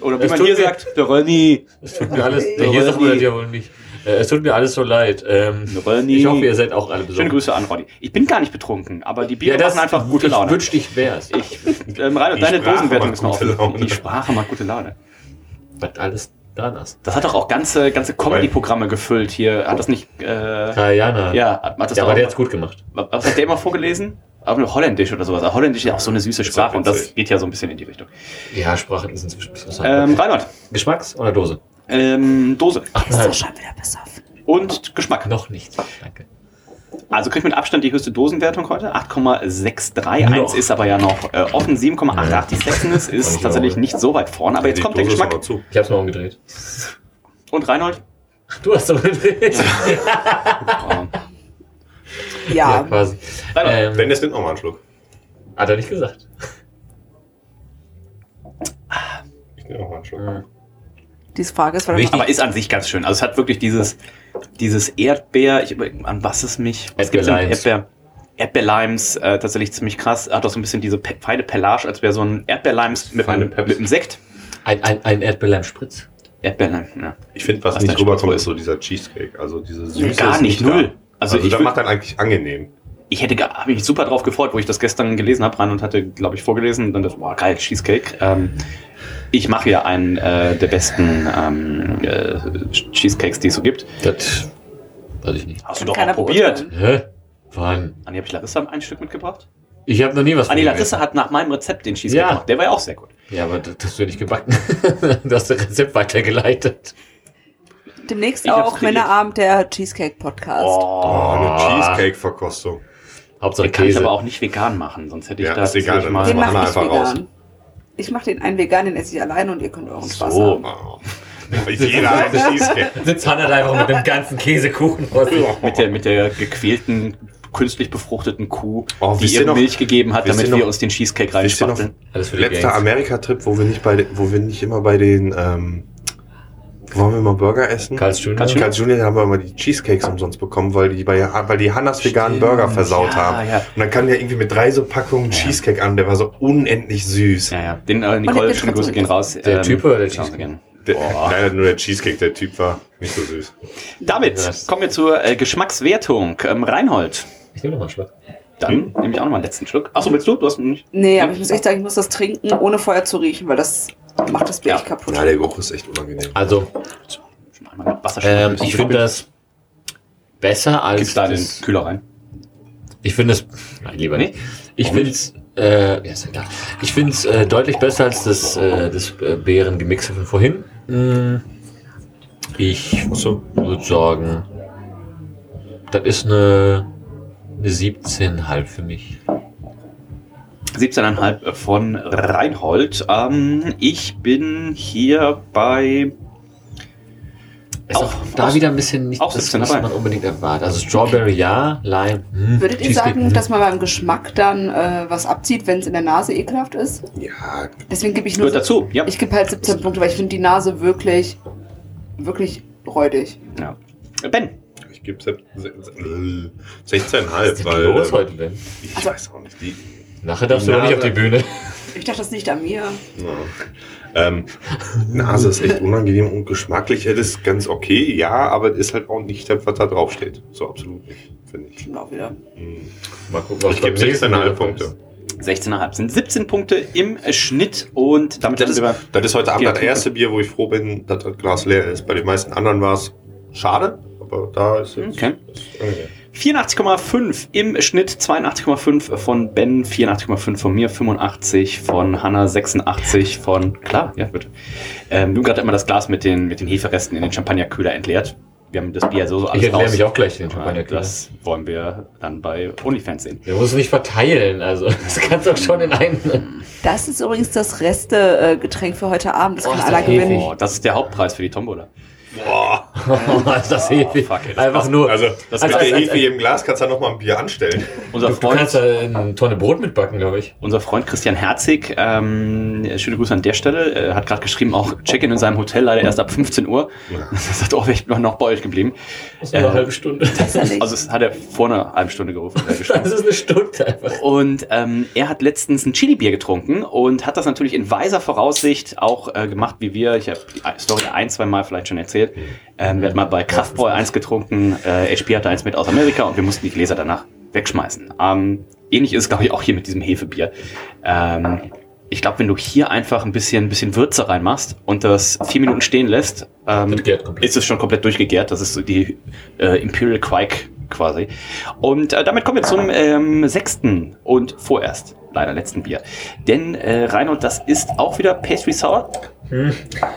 A: Oder wie
D: Es
A: man
D: tut
A: hier
D: mir-
A: sagt, der Ronny.
D: Es tut mir alles,
A: Der
D: nee, hier sagt man
A: Ronny.
D: das ja wohl nicht. Äh, Es tut mir alles so leid. Ähm,
A: Ronny.
D: ich hoffe, ihr seid auch alle
A: Schöne
D: besoffen.
A: Grüße an Ronny. Ich bin gar nicht betrunken, aber die Biere machen einfach gute
D: ich
A: Laune.
D: wünschte, ich wär's.
A: Ich, ähm, Reinhard,
B: Die
A: deine
B: Sprache
A: Dosenwertung
B: macht
A: ist noch
B: gute
A: offen.
B: Laune.
A: Die Sprache macht gute Laune.
D: Was alles dran ist.
A: Das hat doch auch ganze, ganze Comedy-Programme gefüllt hier. Hat das nicht, äh,
D: Ah, Jana.
A: ja, hat, hat das
D: ja
A: auch,
D: aber der hat's gut gemacht.
A: was hat der immer vorgelesen? Auch nur Holländisch oder sowas. Aber Holländisch ist ja auch so eine süße
B: Ist ja
A: Sprache und das
B: witzig.
A: geht ja so ein bisschen in die Richtung.
D: Ja, Sprachen ist inzwischen ein bisschen was
A: Ähm,
D: anderes.
A: Reinhard,
D: Geschmacks oder Dose?
A: ähm, Dose
D: Nein,
C: Schon wieder besoffen.
A: und Geschmack.
D: noch nicht. Danke.
A: Also kriegt mit Abstand die höchste Dosenwertung heute. 8,631
D: Noch.
A: ist aber ja noch äh, offen. 7,88 die Sexiness ist
D: ich
A: tatsächlich
D: glaube.
A: nicht so weit vorne. Aber jetzt
B: Die
A: kommt der
B: Dose ist
A: Geschmack.
B: aber Zu.
D: Ich hab's mal umgedreht.
A: Und Reinhold?
D: Du hast doch umgedreht. Ja,
A: Ähm,
C: Ja,
D: quasi.
A: Reinhold.
B: Wenn
D: Ähm,
B: das nimmt nochmal einen Schluck.
D: hat er nicht gesagt.
B: Ich nehme nochmal einen Schluck.
C: diese Frage ist, weil
D: Wichtig.
A: Aber ist an sich ganz schön. Also es hat wirklich dieses, dieses Erdbeer, ich, über- an was es mich? Was gibt's denn?
D: Erdbeerlimes.
A: Erdbeer. Erdbeerlimes, äh, tatsächlich ziemlich krass. Hat auch so ein bisschen diese pe feine Pellage, als wäre so ein Erdbeerlimes mit,
B: Feine
A: einem,
B: Peps.
A: mit einem Sekt.
D: Ein, ein, ein Erdbeerleim-Spritz.
A: Erdbeerleim, ja.
B: Ich finde, was
A: Was
B: nicht
A: dein
B: rüberkommt,
A: Spruch
B: ist so dieser Cheesecake. Also diese Süße
A: Gar
B: ist
A: nicht,
B: da.
A: null. Also,
B: Also,
A: ich,
B: das
A: würd-
B: macht dann eigentlich angenehm.
A: ich hätte gar- hab mich super drauf gefreut, wo ich das gestern gelesen habe, Reinhold hatte, glaube ich, vorgelesen und dann das, boah, geil, Cheesecake. Ähm, ich mache ja einen äh, der besten ähm, äh, Cheesecakes, die es so gibt.
D: Das weiß ich nicht.
A: Hast du doch
C: Keiner
A: mal probiert.
C: beurteilen.
D: Hä? Wann?
A: Anni, habe ich Larissa ein Stück mitgebracht?
D: Ich habe noch nie was
A: Ah, nee,
D: von dir
A: Larissa hat nach meinem Rezept den Cheesecake
D: Ja.
A: gemacht. Der war ja auch sehr gut.
D: gegessen. Ja, aber das hast du ja nicht gebacken. du hast das Rezept weitergeleitet.
C: demnächst
A: Ich hab's
C: auch
A: kreiert.
C: Männerabend der Cheesecake-Podcast.
B: Oh,
A: Oh,
B: eine
D: Oh.
B: Cheesecake-Verkostung.
D: Hauptsache
A: den kann ich
D: Käse.
A: aber auch nicht vegan machen, sonst hätte ich
B: Ja,
A: da
B: ist egal,
A: tatsächlich
B: dann
A: mal-
C: den
B: machen wir
C: mache ich
B: einfach raus.
C: vegan. Ich mache den einen vegan, den esse ich alleine und ihr könnt euren Spaß
A: So.
C: haben.
B: Jeder hat eine Cheesecake.
D: Sitzt Hannah da einfach mit einem ganzen Käsekuchen vor sich.
A: mit der mit der gequälten künstlich befruchteten Kuh,
B: Oh,
A: die
B: wisst
A: ihr
B: ihr noch-
A: Milch gegeben hat,
B: wisst ihr
A: damit
B: noch-
A: wir uns den Cheesecake
B: wisst ihr noch-
A: reinspachteln.
D: Alles für die
B: Letzter
D: Gangs.
B: Amerika-Trip, wo wir nicht bei, den- wo wir nicht immer bei den, ähm, wollen wir mal Burger essen?
D: Karls Junior.
A: Karls
B: Karls Junior da haben wir immer die Cheesecakes umsonst bekommen, weil die bei, weil die Hannas veganen Burger versaut
A: ja,
B: haben.
A: ja.
B: Und dann kam der irgendwie mit drei so Packungen Cheesecake an, der war so unendlich süß.
A: Ja, ja. Den äh,
C: Und ich
A: Nicole,
C: bin
A: schöne Grüße
C: trotzdem
A: gehen raus. Ähm,
D: Der Typ oder der
A: Grüße
D: Cheesecake?
A: gehen.
B: Der, leider nur der Cheesecake, der Typ war nicht so süß.
A: Damit kommen wir zur äh, Geschmackswertung. Ähm, Reinhold,
D: Ich nehme nochmal einen Schluck. Hm?
A: dann nehme ich auch nochmal einen letzten Schluck. Achso, willst du? Du hast nicht.
C: Nee, aber ich muss echt sagen, ich muss das trinken, ohne vorher zu riechen, weil das macht das Bier
A: Ja.
C: echt kaputt.
B: Ja, der Geruch ist echt unangenehm.
D: Also,
A: Schon einmal Wasser
D: ähm, ich finde das besser als
A: Gibst da den
D: das,
A: Kühler rein.
D: Ich finde es. Nein, lieber nicht. Ich
A: Warum
D: finde es. Äh, ja, ist ja klar. Ich finde es äh, deutlich besser als das, äh, das äh, Beerengemixe von vorhin. Mm, Ich würde sagen, das ist eine, eine 17,5 für mich.
A: 17,5 von Reinhold. Ähm, ich bin hier bei
D: Ist auch,
A: Auch-
D: da
A: auch-
D: wieder ein bisschen nicht
A: auch
D: das,
A: 17
D: was
A: dabei.
D: man unbedingt erwartet. Also Strawberry ja, Lime. Hm,
C: Würdet ihr
D: Cheesecake,
C: sagen,
D: hm.
C: dass man beim Geschmack dann äh, was abzieht, wenn es in der Nase ekelhaft ist?
B: Ja,
C: Deswegen gebe ich nur.
A: gehört dazu. Ja.
C: Ich gebe halt 17 Punkte, weil ich finde die Nase wirklich, wirklich räudig.
A: ja. Ben,
B: ich gebe
D: Was ist
B: 16,5,
D: denn los
B: weil. äh,
D: heute Also denn?
B: Ich weiß auch nicht. Die,
D: Nachher darfst du
B: Die
D: doch nicht auf
B: Nase-
D: die Bühne.
C: Ich dachte, das liegt an mir.
B: Ja. Ähm, Nase ist echt unangenehm und geschmacklich. Es ist ganz okay, ja, aber es ist halt auch nicht das, was da draufsteht. So absolut nicht, finde ich.
C: Stimmt auch wieder.
B: Hm.
D: Mal gucken,
B: Ich gebe 16,5 Punkte.
A: 16,5 sind 17 Punkte im Schnitt und damit
B: Das
A: haben
B: ist,
A: wir
B: das ist heute Abend
A: Ja,
B: das
A: trinken.
B: erste Bier, wo ich froh bin, dass das Glas leer ist. Bei den meisten anderen war es schade, aber da ist es.
A: Okay.
B: ist angenehm.
A: 84,5 im Schnitt, 82,5 von Ben, 84,5 von mir, 85 von Hanna, 86 von. Klar, ja, bitte. Ähm, du gerade immer das Glas mit den, mit den Heferesten in den Champagnerkühler entleert. Wir haben das Bier so, so alles
D: Ich erkläre
A: raus.
D: mich auch gleich den
A: Aber
D: Champagner.
A: Das wollen wir dann bei OnlyFans sehen.
D: Wir müssen nicht verteilen, also das kannst du doch schon in einen.
C: Das ist übrigens das Reste-Getränk für heute Abend. Das
D: Oh,
C: kann
D: ist
C: aller
D: doch ewig.
C: gewinnen.
A: Oh, das ist der Hauptpreis für die Tombola.
D: Boah, ist Also, Oh, das heftig.
F: fuck, ey, das
D: Einfach nur.
B: Also, mit
D: das als, als,
B: der
D: als,
B: Hefe hier im Glas kannst du da nochmal ein Bier anstellen.
A: Unser
D: du
A: Freund,
D: kannst da eine Tonne Brot mitbacken, glaube ich.
A: unser Freund Christian Herzig, ähm, schöne Grüße an der Stelle, äh, hat gerade geschrieben, auch Check-in in seinem Hotel leider erst ab 15 Uhr. Er sagt, oh, ich bin noch bei euch geblieben.
D: Das ist nur eine halbe Stunde. Das
A: Also das hat er vor einer halben Stunde gerufen. äh, geschrieben.
D: ist eine Stunde einfach.
A: Und ähm, er hat letztens ein Chili-Bier getrunken und hat das natürlich in weiser Voraussicht auch äh, gemacht, wie wir. Ich habe die Story ein, zwei Mal vielleicht schon erzählt. Ähm, wir hatten mal bei Kraftboy eins getrunken, äh, HP hatte eins mit aus Amerika und wir mussten die Gläser danach wegschmeißen. Ähm, ähnlich ist es, glaube ich, auch hier mit diesem Hefebier. Ähm, ich glaube, wenn du hier einfach ein bisschen, ein bisschen Würze reinmachst und das vier Minuten stehen lässt, ähm,
D: Das gärt komplett.
A: ist es schon komplett durchgegärt. Das ist so die äh, Imperial Quake quasi. Und äh, damit kommen wir zum ähm, sechsten und vorerst leider letzten Bier. Denn äh, Reinhold, das ist auch wieder Pastry Sour.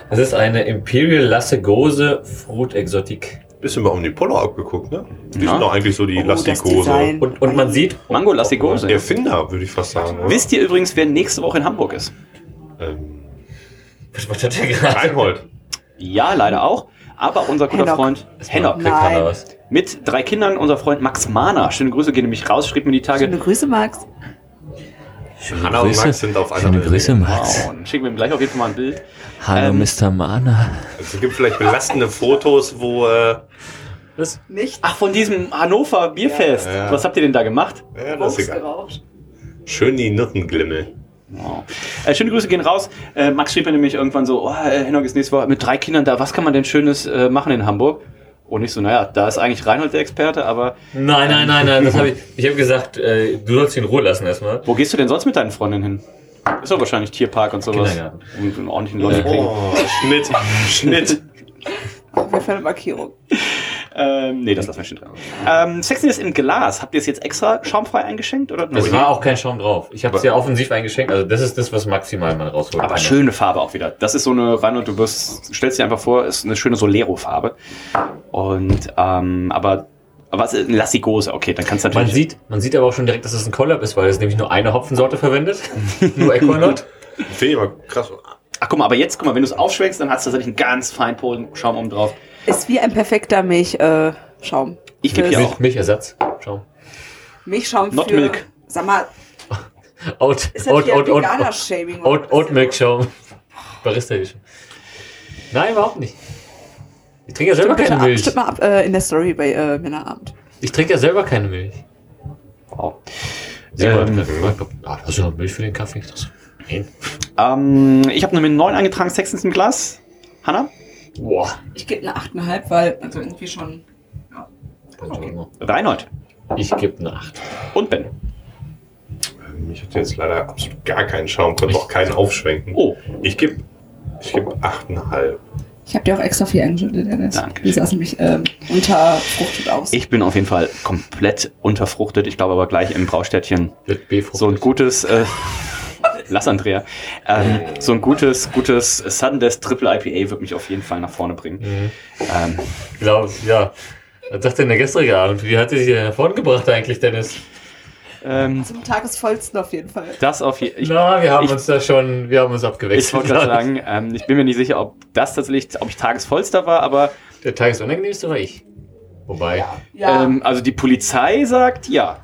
D: Das ist eine Imperial Lasse Gose Fruit Exotique.
B: Bisschen mal um die Polo abgeguckt, ne? Die
A: Ja.
B: sind doch eigentlich so die
C: Oh, das
B: Lastikose.
C: Design.
D: Und, und man sieht. Oh,
A: Mango Lassigose.
B: Erfinder, würde ich fast sagen. oder?
A: Wisst ihr übrigens, wer nächste Woche in Hamburg ist?
B: Ähm,
D: Was was hat der gerade?
B: Reinhold.
A: Ja, leider auch. Aber unser guter
C: Hennock.
A: Freund Hennock
C: Nein.
D: Kriegt man da was?
A: mit drei Kindern, unser Freund Max Mahner. Schöne Grüße, gehen nämlich raus, schrieb mir die
C: Schöne
A: Tage.
C: Grüße, Max.
B: Hanna und Max sind auf einer
D: Schöne
B: Welle.
D: Grüße, Max.
A: Wow, dann schicken wir ihm gleich auf jeden Fall mal ein Bild.
D: Hallo,
A: Ähm,
D: Mr. Mana.
B: Es gibt vielleicht belastende Fotos, wo äh,
D: Was?
C: Nicht
A: Ach, von diesem Hannover Bierfest.
B: Ja.
A: Was habt ihr denn da gemacht?
B: ja, das
C: Koks
B: ist egal.
C: geraucht.
B: schön die Nutten glimmeln.
A: Wow. Äh, schöne Grüße gehen raus. Äh, Max schrieb mir nämlich irgendwann so, oh, äh, Henok ist nächste Woche mit drei Kindern da. Was kann man denn Schönes äh, machen in Hamburg? Und ich so, naja, da ist eigentlich Reinhold der Experte, aber
D: Nein, nein, nein, nein. Das hab ich ich habe gesagt, äh, du sollst ihn in Ruhe lassen erstmal.
A: wo gehst du denn sonst mit deinen Freundinnen hin? Ist doch wahrscheinlich Tierpark und sowas.
D: Kindergarten.
A: Und einen ordentlichen Leute kriegen.
B: Oh, Schnitt, Schnitt.
C: Auf jeden Fall eine Markierung.
A: Ähm, nee, das lassen wir stehen dran. Ähm, Sexiness im Glas. Habt ihr es jetzt extra schaumfrei eingeschenkt? oder?
D: Es war auch kein Schaum drauf. Ich habe es ja offensiv eingeschenkt. Also das ist das, was maximal man rausholt.
A: Aber schöne Farbe auch wieder. Das ist so eine, Reinhold, du wirst, stellst dir einfach vor, ist eine schöne Solero-Farbe. Und, ähm, aber, was ist Lassigose? Okay, dann kannst du
D: Man
A: natürlich.
D: sieht, man sieht aber auch schon direkt, dass es ein Collab ist, weil es nämlich nur eine Hopfensorte verwendet. nur Equanot.
B: Finde ich mal krass.
A: Ach, guck mal, aber jetzt, guck mal, wenn du es aufschwenkst, dann hast du tatsächlich einen ganz feinen Polen Schaum oben drauf.
C: Ist wie ein perfekter Milchschaum. Äh, Schaum.
A: Ich gebe hier
C: Ja.
A: auch.
D: Milch, Milchersatz. Schau.
C: Milchschaum
A: Not
C: für...
A: milk.
C: Sag mal,
D: Out,
C: ist das
D: out,
C: hier
D: out, out,
C: veganer
D: out,
C: Shaming? oder
D: out,
C: was?
D: out Milk Schaum. Barista Edition. Nein, überhaupt nicht. Ich trinke ja selber
C: Stimmt mal
D: keine
C: ab,
D: Milch.
C: stimmt mal ab äh, in der Story bei äh, Männerabend.
D: Ich trinke ja selber keine Milch.
A: Wow.
D: Ähm,
A: Ähm,
D: ah, hast du noch Milch für den Kaffee? Ich dachte so, Nein.
A: ähm, ich habe nur mit 9 eingetragen, Sexiness im Glas. Hanna?
D: Boah.
C: Ich gebe eine 8,5, weil also irgendwie schon.
A: Reinhold.
D: Ich gebe eine 8.
A: Und Ben.
B: Ähm, Ich hatte jetzt leider absolut gar keinen Schaum, konnte auch keinen aufschwenken.
A: Oh.
B: Ich gebe ich geb 8,5.
C: Ich habe dir auch extra viel eingeschüttet, Dennis.
A: Danke.
C: Die saßen mich ähm, unterfruchtet aus.
A: Ich bin auf jeden Fall komplett unterfruchtet. Ich glaube aber gleich im Braustädtchen
D: Mit B
A: so ein gutes, äh, lass Andrea, ähm, so ein gutes, gutes Sudden Death Triple IPA wird mich auf jeden Fall nach vorne bringen. Ähm,
D: Glaub, ja. Was sagt denn der gestrige Abend? Wie hat sie sich denn nach vorne gebracht eigentlich, Dennis?
A: ähm,
C: Zum Tagesvollsten auf jeden Fall.
A: das auf jeden Fall.
D: Na, wir haben
A: ich-
D: uns da schon, wir haben uns abgewechselt.
A: Ich wollte gerade sagen, ähm, ich bin mir nicht sicher, ob das tatsächlich, ob ich tagesvollster war, aber
D: Der tagesunangenehmste war ich. Wobei,
A: ähm, also die Polizei sagt ja.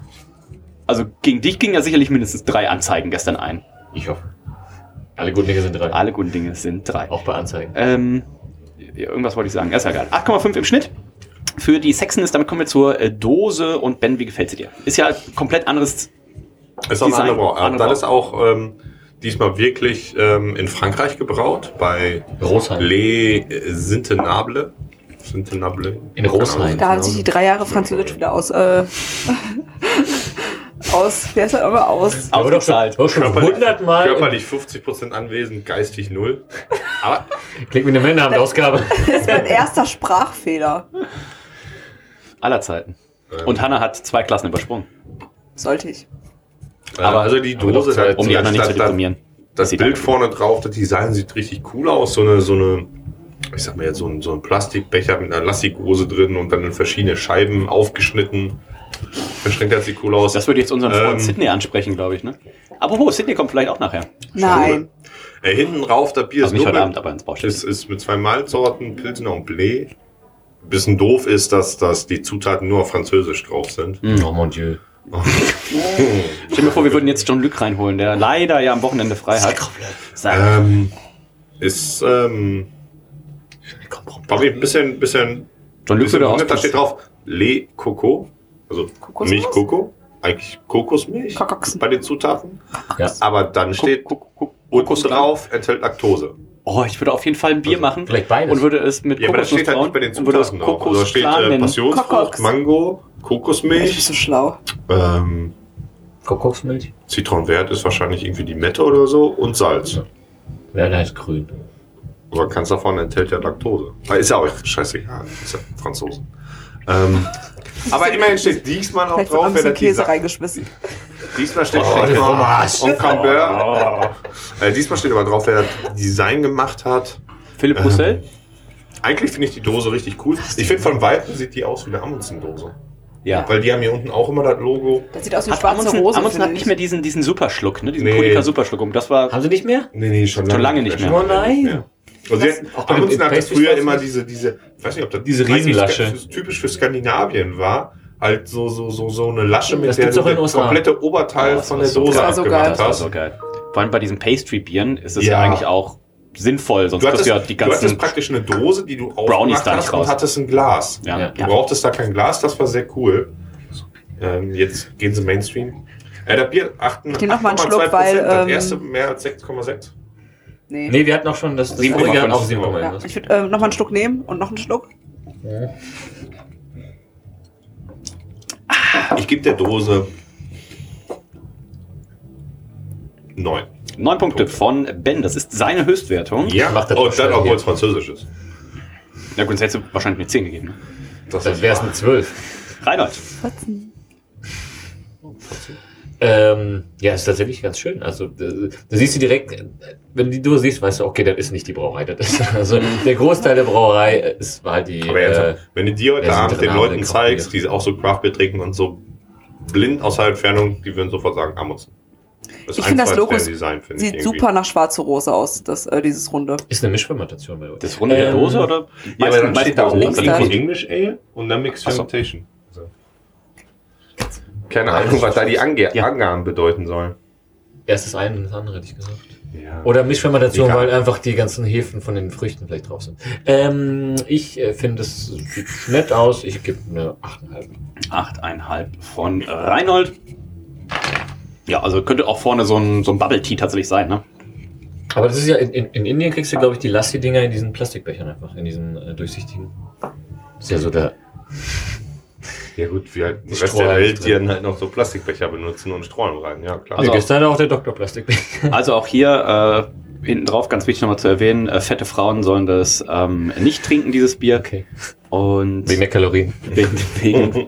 A: Also gegen dich gingen ja sicherlich mindestens drei Anzeigen gestern ein.
D: ich hoffe. Alle guten Dinge sind drei.
A: Alle guten Dinge sind drei.
D: Auch bei Anzeigen.
A: Ähm, ja, irgendwas wollte ich sagen. Ist ja egal. 8,5 im Schnitt. Für die Sexen ist, damit kommen wir zur äh, Dose und Ben, wie gefällt sie dir? Ist ja komplett anderes.
B: Ist auch eine
A: Design.
B: andere Brauart.
A: Andere
B: Das ist auch ähm, diesmal wirklich ähm, in Frankreich gebraut, bei
D: Rosheim.
B: Le Sintenable. Sintenable.
D: In Rosheim.
C: Da haben sich die drei Jahre Französisch wieder aus. Äh, aus. Wer ist das immer aus?
D: Da wurde doch schon,
A: Ausgezahlt.
D: wurde schon
B: Körperlich,
D: 100 Mal.
B: körperlich 50% anwesend, geistig null. Aber
D: Klingt wie eine Männerabendausgabe.
C: Das ist mein erster Sprachfehler.
A: aller Zeiten.
B: Ähm.
A: Und Hannah hat zwei Klassen übersprungen,
C: Sollte ich.
A: Aber-
B: aber also die
D: aber doch
B: Dose,
D: Zeit,
B: da-
A: um die
B: da-
A: anderen nicht
B: da-
A: zu
B: da-
A: deprimieren.
B: Das
A: Sieht
B: Bild
A: aus.
B: vorne drauf, das Design sieht richtig cool aus. So eine, so eine, ich sag mal jetzt, so ein, so ein Plastikbecher mit einer Lassighose drin und dann in verschiedene Scheiben aufgeschnitten. Verschränkt, das sieht cool aus.
A: Das würde jetzt unseren Freund
B: Ähm.
A: Sydney ansprechen, glaube ich, ne? Apropos, Sydney kommt vielleicht auch nachher.
C: Nein.
B: Äh, hinten rauf, das Bier
A: Also
B: ist
A: nicht heute
B: dunkel.
A: Abend, aber ins Baustelle.
B: Es ist mit zwei Malzsorten, Pilsner und Blee. Bisschen doof ist, dass, dass die Zutaten nur auf Französisch drauf sind.
A: Hm.
D: Oh mon Dieu.
A: Stell mir vor, wir würden jetzt John Luc reinholen, der leider ja am Wochenende frei hat. Sag,
B: Ähm, ist, ähm, Bobby, ein bisschen, bisschen,
A: John Luc
B: bisschen
A: würde
B: da steht
A: auspassen.
B: drauf, Le Coco, also
C: Kokosnuss?
B: Milch Coco, eigentlich Kokosmilch
C: Kokos.
B: bei den Zutaten,
D: Ja.
B: aber dann steht unten drauf, enthält Laktose.
A: Oh, ich würde auf jeden Fall ein Bier machen
D: Vielleicht beides.
A: und würde es mit
B: Also, Ja, aber das steht halt
A: brauen
B: nicht bei den
A: und würde es
B: Zutaten drauf. Also da
A: Kokos
B: steht
A: Clan
B: äh,
A: nennen.
B: Passionsfrucht,
C: Kokox.
B: Mango,
C: Ich bin
B: Kokosmilch,
C: so schlau.
B: ähm,
D: Kokosmilch?
B: Zitronenwert ist wahrscheinlich irgendwie die Mette oder so und Salz.
D: Werner ist grün.
B: Aber kannst davon enthält ja Laktose. Ah, Ist ja auch scheißegal. Ist ja Franzosen. Ähm, aber immerhin steht diesmal auch
C: Vielleicht wird noch
B: drauf,
C: ein
B: wer
C: bisschen
B: das
C: Käse
B: dieser,
C: reingeschmissen.
B: Diesmal steht
D: Oh, der Thomas.
B: Und Oh, Camber. Äh, diesmal steht aber drauf, wer das Design gemacht hat.
A: Philipp
B: Ähm,
A: Roussel?
B: Eigentlich finde ich die Dose richtig cool. Ich finde, von Weitem sieht die aus wie eine Amundsen-Dose.
A: Ja.
B: Weil die haben hier unten auch immer das Logo.
C: Das sieht aus wie eine
A: Hat
C: schwarze
A: Amundsen,
C: Rose.
A: Amundsen
C: finde
A: hat
C: ich.
A: nicht mehr diesen, diesen Superschluck, ne? diesen
B: Nee.
A: Konika-Superschluck. Und das war
D: Haben sie nicht mehr?
B: Nee, nee, schon
A: Schon lange nicht mehr.
B: Schon lange nicht
D: Oh
B: mehr. Also jetzt,
D: Auch bei dem
B: Amundsen hatte
D: Pastry
B: früher
D: Sauce
B: immer
D: nicht?
B: diese, diese, ich weiß nicht, ob das
D: Diese
B: eigentlich
D: Riesenlasche.
B: ganz typisch für Skandinavien war. Halt so, so, so, so eine Lasche, mit
D: Das
B: der
D: gibt's
B: du
D: auch in
B: das
D: USA.
B: komplette Oberteil
A: Oh, das
B: von
A: war
B: der
A: so
B: Dose
C: geil. Das war so geil.
B: abgemacht
A: das war
B: hast.
A: so geil. Vor allem bei diesen Pastry-Bieren ist es ja.
B: Ja.
A: eigentlich auch sinnvoll, sonst
B: Du
A: kriegst du
B: hattest,
A: ja die
B: du hattest
A: ganzen.
B: praktisch eine Dose, die du
A: Brownies
B: aufgemacht
A: da nicht
B: hast und
A: raus.
B: hattest ein Glas.
A: Ja.
D: Ja.
B: Du brauchtest da kein Glas, das war sehr cool. Ähm, jetzt gehen sie Mainstream. Äh, das Bier 8,
C: Ich nehm noch mal einen Schluck, weil,
B: das
C: ähm,
B: erste mehr als 6,6.
C: Nee.
D: Nee, wir hatten auch schon das, das
A: 7,5.
D: vorige auch 7,1.
C: Ja,
D: was?
C: ich würde äh, nochmal einen Schluck nehmen und noch einen Schluck.
B: Ich gebe der Dose 9.
A: Neun Punkte von Ben, das ist seine Höchstwertung.
B: Ja,
D: Mach das
B: und
D: schnell
B: dann, obwohl
D: hier.
B: es französisch ist.
A: Na gut, sonst hättest du wahrscheinlich eine 10 gegeben. Ne?
D: Dann wäre es eine 12.
A: Reinhold,
D: Ähm, ja, ist tatsächlich ganz schön. Also, da, da siehst du direkt, äh, wenn du die Dose siehst, weißt du, okay, das ist nicht die Brauerei. Das ist, also, der Großteil der Brauerei äh, ist war halt die.
B: Aber
D: Äh,
B: ernsthaft, wenn du die heute
D: wer sind
B: Abend
D: denn
B: den
D: Abend
B: Leuten
D: gekauft
B: zeigst,
D: hier?
B: die auch so Craft Beer trinken und so blind aus der Entfernung, die würden sofort sagen, Amundsen. Das
C: Ich finde das Logo ist-
B: Design, find
C: Sieht
B: irgendwie.
C: super nach schwarze Rose aus, das, äh, dieses Runde.
D: ist eine Mischfermentation bei Ähm,
A: das Runde
C: Ähm,
A: der Dose oder?
B: Ja, aber dann
A: Meistens-
B: steht da
A: meistens-
B: oben
C: links da.
B: irgendwie English Ale und dann Mixed
A: Ach so.
B: Fermentation. So. Keine Ahnung, was da die Ange
A: Ja.
B: Angaben bedeuten sollen.
D: Erst das eine und das andere, hätte ich gesagt.
B: Ja.
D: Oder Mischfermentation,
B: Egal.
D: weil einfach die ganzen Hefen von den Früchten vielleicht drauf sind. Ähm, ich äh, finde, es sieht nett aus. Ich gebe eine 8,5.
A: 8,5 von Reinhold. Ja, also könnte auch vorne so ein, so ein Bubble Tea tatsächlich sein, ne?
D: Aber das ist ja, in, in, in Indien kriegst du, glaube ich, die Lassi-Dinger in diesen Plastikbechern einfach, in diesen äh, durchsichtigen. Das ist ja so der.
B: ja gut, wir halt
D: Die
B: den Rest
D: Strohhalme
B: der Welt, Ah, die
D: drin.
B: dann halt noch so Plastikbecher benutzen und streuen rein. Ja, klar.
A: Also-
D: Also gestern auch der Dr. Plastikbecher.
A: Also auch hier äh, hinten drauf, ganz wichtig nochmal zu erwähnen, äh, fette Frauen sollen das ähm, nicht trinken, dieses Bier.
D: Okay.
A: Und
D: Wegen der Kalorien.
A: wegen, wegen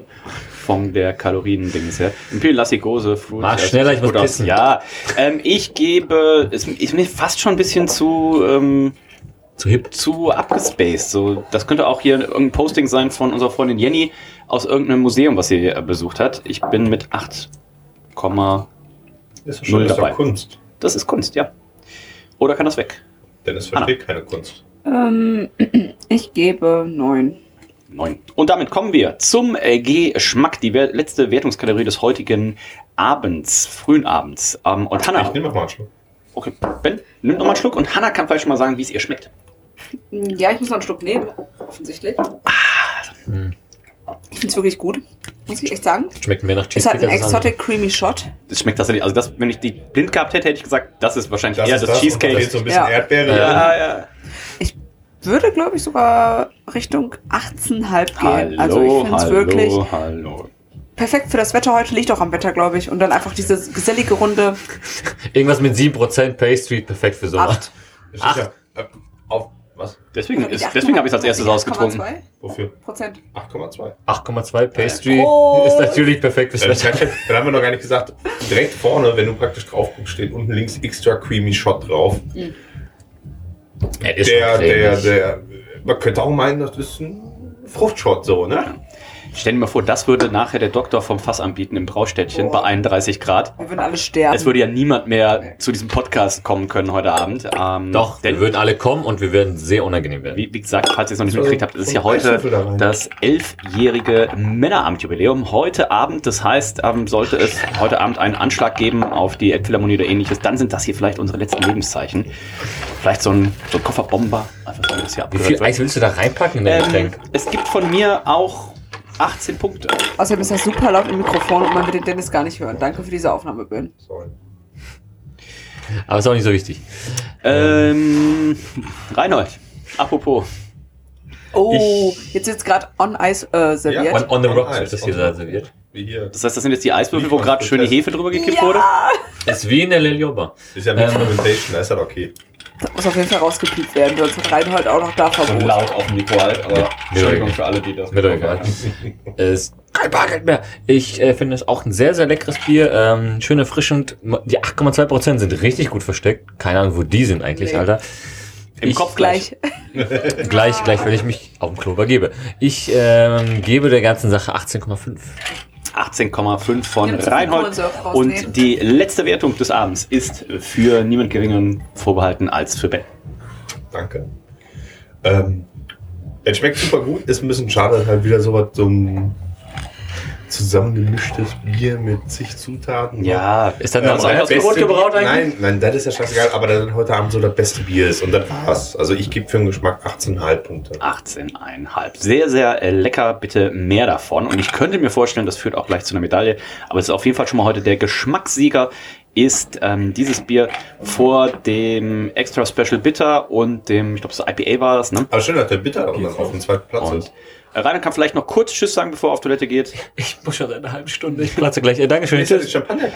A: von der Kalorien-Dings her. Imperial Lassi Gose, Fruit.
D: Mach
A: ja,
D: schneller,
A: sieht
D: ich muss
A: gut aus.
D: pissen.
A: Ja, ähm, ich gebe, es ist mir fast schon ein bisschen zu, ähm,
D: Zu hip.
A: zu abgespaced. So, das könnte auch hier irgendein Posting sein von unserer Freundin Jenny aus irgendeinem Museum, was sie äh, besucht hat. Ich bin mit 8,
B: ist doch
A: null
B: das ist doch
A: dabei.
B: Kunst.
A: das ist Kunst, ja. Oder kann das weg?
B: Dennis versteht keine Kunst.
C: Ähm, ich gebe neun.
A: 9. Und damit kommen wir zum äh, Geschmack, die wer- letzte Wertungskategorie des heutigen Abends, frühen Abends. Ähm, und Hanna,
B: Ich nehme mal einen Schluck.
A: okay, Ben, nimm nochmal einen Schluck und Hanna kann vielleicht schon mal sagen, wie es ihr schmeckt.
C: Ja, ich muss noch einen Schluck nehmen, offensichtlich.
A: Ah.
C: Ich finde es wirklich gut, muss ich echt sagen.
D: Schmeckt mehr nach
C: Es hat
D: Cheesecake
C: einen
D: als das andere.
C: Exotic Creamy Shot.
A: Das schmeckt tatsächlich, also das, wenn ich die blind gehabt hätte, hätte ich gesagt, das ist wahrscheinlich eher das,
B: Und da
A: Cheesecake.
B: steht so ein bisschen
C: Ja.
B: Erdbeere. drin.
A: ja, ja.
C: Würde, glaube ich, sogar Richtung 18,5 gehen.
A: Hallo,
C: also ich finde es
A: hallo,
C: wirklich
A: hallo.
C: perfekt für das Wetter heute, liegt auch am Wetter, glaube ich. Und dann einfach diese gesellige Runde.
D: Ähm, Irgendwas mit 7% Pastry, perfekt für Sommer.
C: Acht.
B: Das
D: Ach.
B: ist ja, äh, auf, was?
A: Deswegen, ist, deswegen habe ich es als erstes ausgetrunken.
C: 8,2
B: Wofür?
C: Prozent.
B: 8,2.
D: 8,2 Pastry ist natürlich perfekt fürs
B: Äh, das
D: Wetter.
B: heißt, Dann haben wir noch gar nicht gesagt, direkt vorne, wenn du praktisch drauf guckst, steht unten links extra creamy Shot drauf.
D: Der,
B: Der, der, der, man könnte auch meinen, das ist ein Fruchtshot so, ne?
A: Ich stell dir mal vor, das würde nachher der Doktor vom Fass anbieten im Braustädtchen bei 31 Grad.
C: Wir würden alle sterben.
A: Es würde ja niemand mehr zu diesem Podcast kommen können heute Abend. Ähm,
D: Doch, wir
A: denn
D: würden alle kommen und wir werden sehr unangenehm werden.
A: wie, wie gesagt, falls ihr es noch nicht mitgekriegt habt, es ist ja heute
B: Eiswürfel da rein.
A: das elfjährige Männeramtjubiläum. Heute Abend, das heißt, ähm, sollte es heute Abend einen Anschlag geben auf die Elbphilharmonie oder ähnliches, dann sind das hier vielleicht unsere letzten Lebenszeichen. Vielleicht so ein, so ein Kofferbomber. Einfach so, dass hier
D: Wie viel
A: abgehört wird.
D: Eis willst du da reinpacken in dein
A: Ähm,
D: Getränk?
A: es gibt von mir auch 18 Punkte.
C: Außerdem ist das super laut im Mikrofon und man wird den Dennis gar nicht hören. Danke für diese Aufnahme, Ben.
B: Sorry.
D: Aber ist auch nicht so wichtig.
A: Ähm, Reinhold, apropos.
C: Oh, jetzt wird's gerade on Ice äh, serviert.
D: On, on the
B: On
D: Rocks
B: Eis,
D: wird das
B: on
D: hier
B: the Rocks.
D: serviert.
B: Wie hier.
A: Das heißt, das sind jetzt die Eiswürfel, wo gerade schöne Hefe drüber gekippt
C: Ja!
A: wurde.
D: Ist wie in der Lelioba.
B: Ist ja mit Fermentation, da ist das okay.
C: Das muss auf jeden Fall rausgepiept werden, sonst hat Reinhold auch noch da Verbot.
A: auf dem Mikro halt, aber
D: Entschuldigung
A: für alle, die das
D: Mir doch egal. Es kein Bargeld mehr. Ich äh, finde es auch ein sehr, sehr leckeres Bier. Ähm, schön erfrischend. Die 8,2% sind richtig gut versteckt. Keine Ahnung, wo die sind eigentlich,
C: Nee.
D: Alter.
A: Im
D: Ich-
A: Kopf gleich.
C: Gleich.
D: Gleich, gleich, wenn ich mich auf dem Klo übergebe. Ich ähm, gebe der ganzen Sache 18,5.
A: 18,5 von
C: Nimmst du die
A: Reinhold.
C: Kohlensäure raus, nee.
A: Und die letzte Wertung des Abends ist für niemand geringeren vorbehalten als für Ben.
B: Danke. Ähm, es schmeckt super gut. Ist ein bisschen schade, dass halt wieder so was, so ein zusammengemischtes Bier mit zig Zutaten.
D: Ist das
B: Ähm,
D: noch
B: aber
D: so ein
B: das
D: aus dem
B: beste
D: Grund gebraut
B: Bier- Nein,
D: eigentlich?
B: nein, das ist ja scheißegal, aber das heute Abend so das beste Bier ist und das war's. Also ich gebe für den Geschmack 18,5 Punkte.
A: 18,5. Sehr, sehr äh, lecker. Bitte mehr davon. Und ich könnte mir vorstellen, das führt auch gleich zu einer Medaille. Aber es ist auf jeden Fall schon mal heute der Geschmackssieger. Ist ähm, dieses Bier vor dem Extra Special Bitter und dem, ich glaube, das IPA war das, ne?
B: Aber schön, dass der Bitter auch noch auf dem zweiten Platz
A: Und
B: ist.
A: äh, Rainer kann vielleicht noch kurz Tschüss sagen, bevor er auf Toilette geht.
D: Ich muss schon seit einer halben Stunde. Ich platze gleich. Äh, Dankeschön.
B: Ist das Champagner?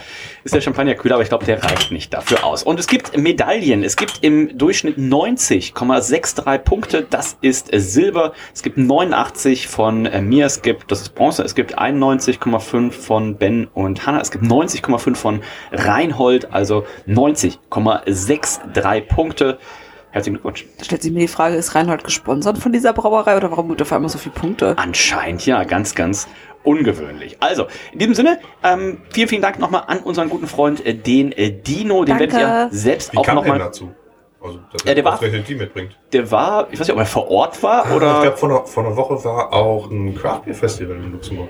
A: Ist der Champagner kühl, aber ich glaube, der reicht nicht dafür aus. Und es gibt Medaillen. Es gibt im Durchschnitt 90,63 Punkte. Das ist äh, Silber. Es gibt 89 von äh, mir. Es gibt, das ist Bronze. Es gibt 91,5 von Ben und Hanna. Es gibt
B: Mhm.
A: 90,5 von Reinhold. Also 90,63 Punkte. Herzlichen Glückwunsch.
C: Da stellt sich mir die Frage, ist Reinhold gesponsert von dieser Brauerei oder warum gibt er auf einmal so viele Punkte?
A: Anscheinend ja, ganz, ganz ungewöhnlich. Also, in diesem Sinne, ähm, vielen, vielen Dank nochmal an unseren guten Freund, äh, den äh, Dino. Den
C: Danke.
A: werdet ihr selbst
B: Wie
A: auch
B: kam der denn
A: nochmal.
B: dazu? Also, dass
A: Ja, der war-
B: ausgerechnet die mitbringt.
A: Der war, ich weiß nicht, ob er vor Ort war
B: ich
A: oder.
B: glaube, vor, einer- vor einer Woche war auch ein Craft Beer Festival in Luxemburg.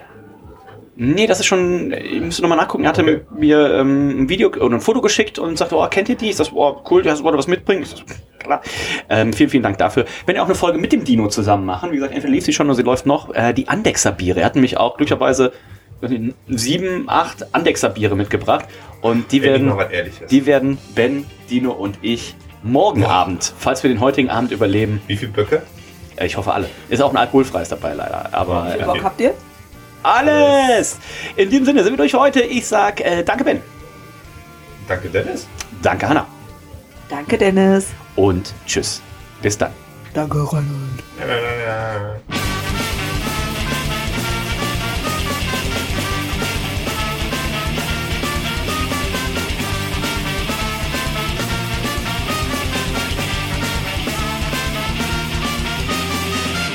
A: Nee, das ist schon. Ich müsste nochmal nachgucken. Er hatte
B: Okay.
A: mir ähm, ein Video oder ein Foto geschickt und sagte, oh, kennt ihr die? Ich sag, oh, cool, du hast wollte was mitbringen. Ich sag, klar. Ähm, vielen, vielen Dank dafür. Wenn ihr auch eine Folge mit dem Dino zusammen machen, wie gesagt, entweder lief sie schon oder sie läuft noch, äh, die Andexer Biere. Er hat nämlich auch glücklicherweise weiß nicht, sieben, acht Andexer Biere mitgebracht. Und die
B: Endlich
A: werden.
B: mal was Ehrliches.
A: Die werden Ben, Dino und ich morgen Abend, falls wir den heutigen Abend überleben,
B: Wie viele Böcke?
A: äh, ich hoffe alle. Ist auch ein alkoholfreies dabei leider, aber
C: Wie viel
A: äh,
C: Bock habt ihr?
A: alles! In diesem Sinne sind wir durch für heute. Ich sag äh, danke Ben,
B: Danke, Dennis.
A: danke Hanna
C: Danke, Dennis.
A: und tschüss. Bis dann.
B: Na, na, na, na.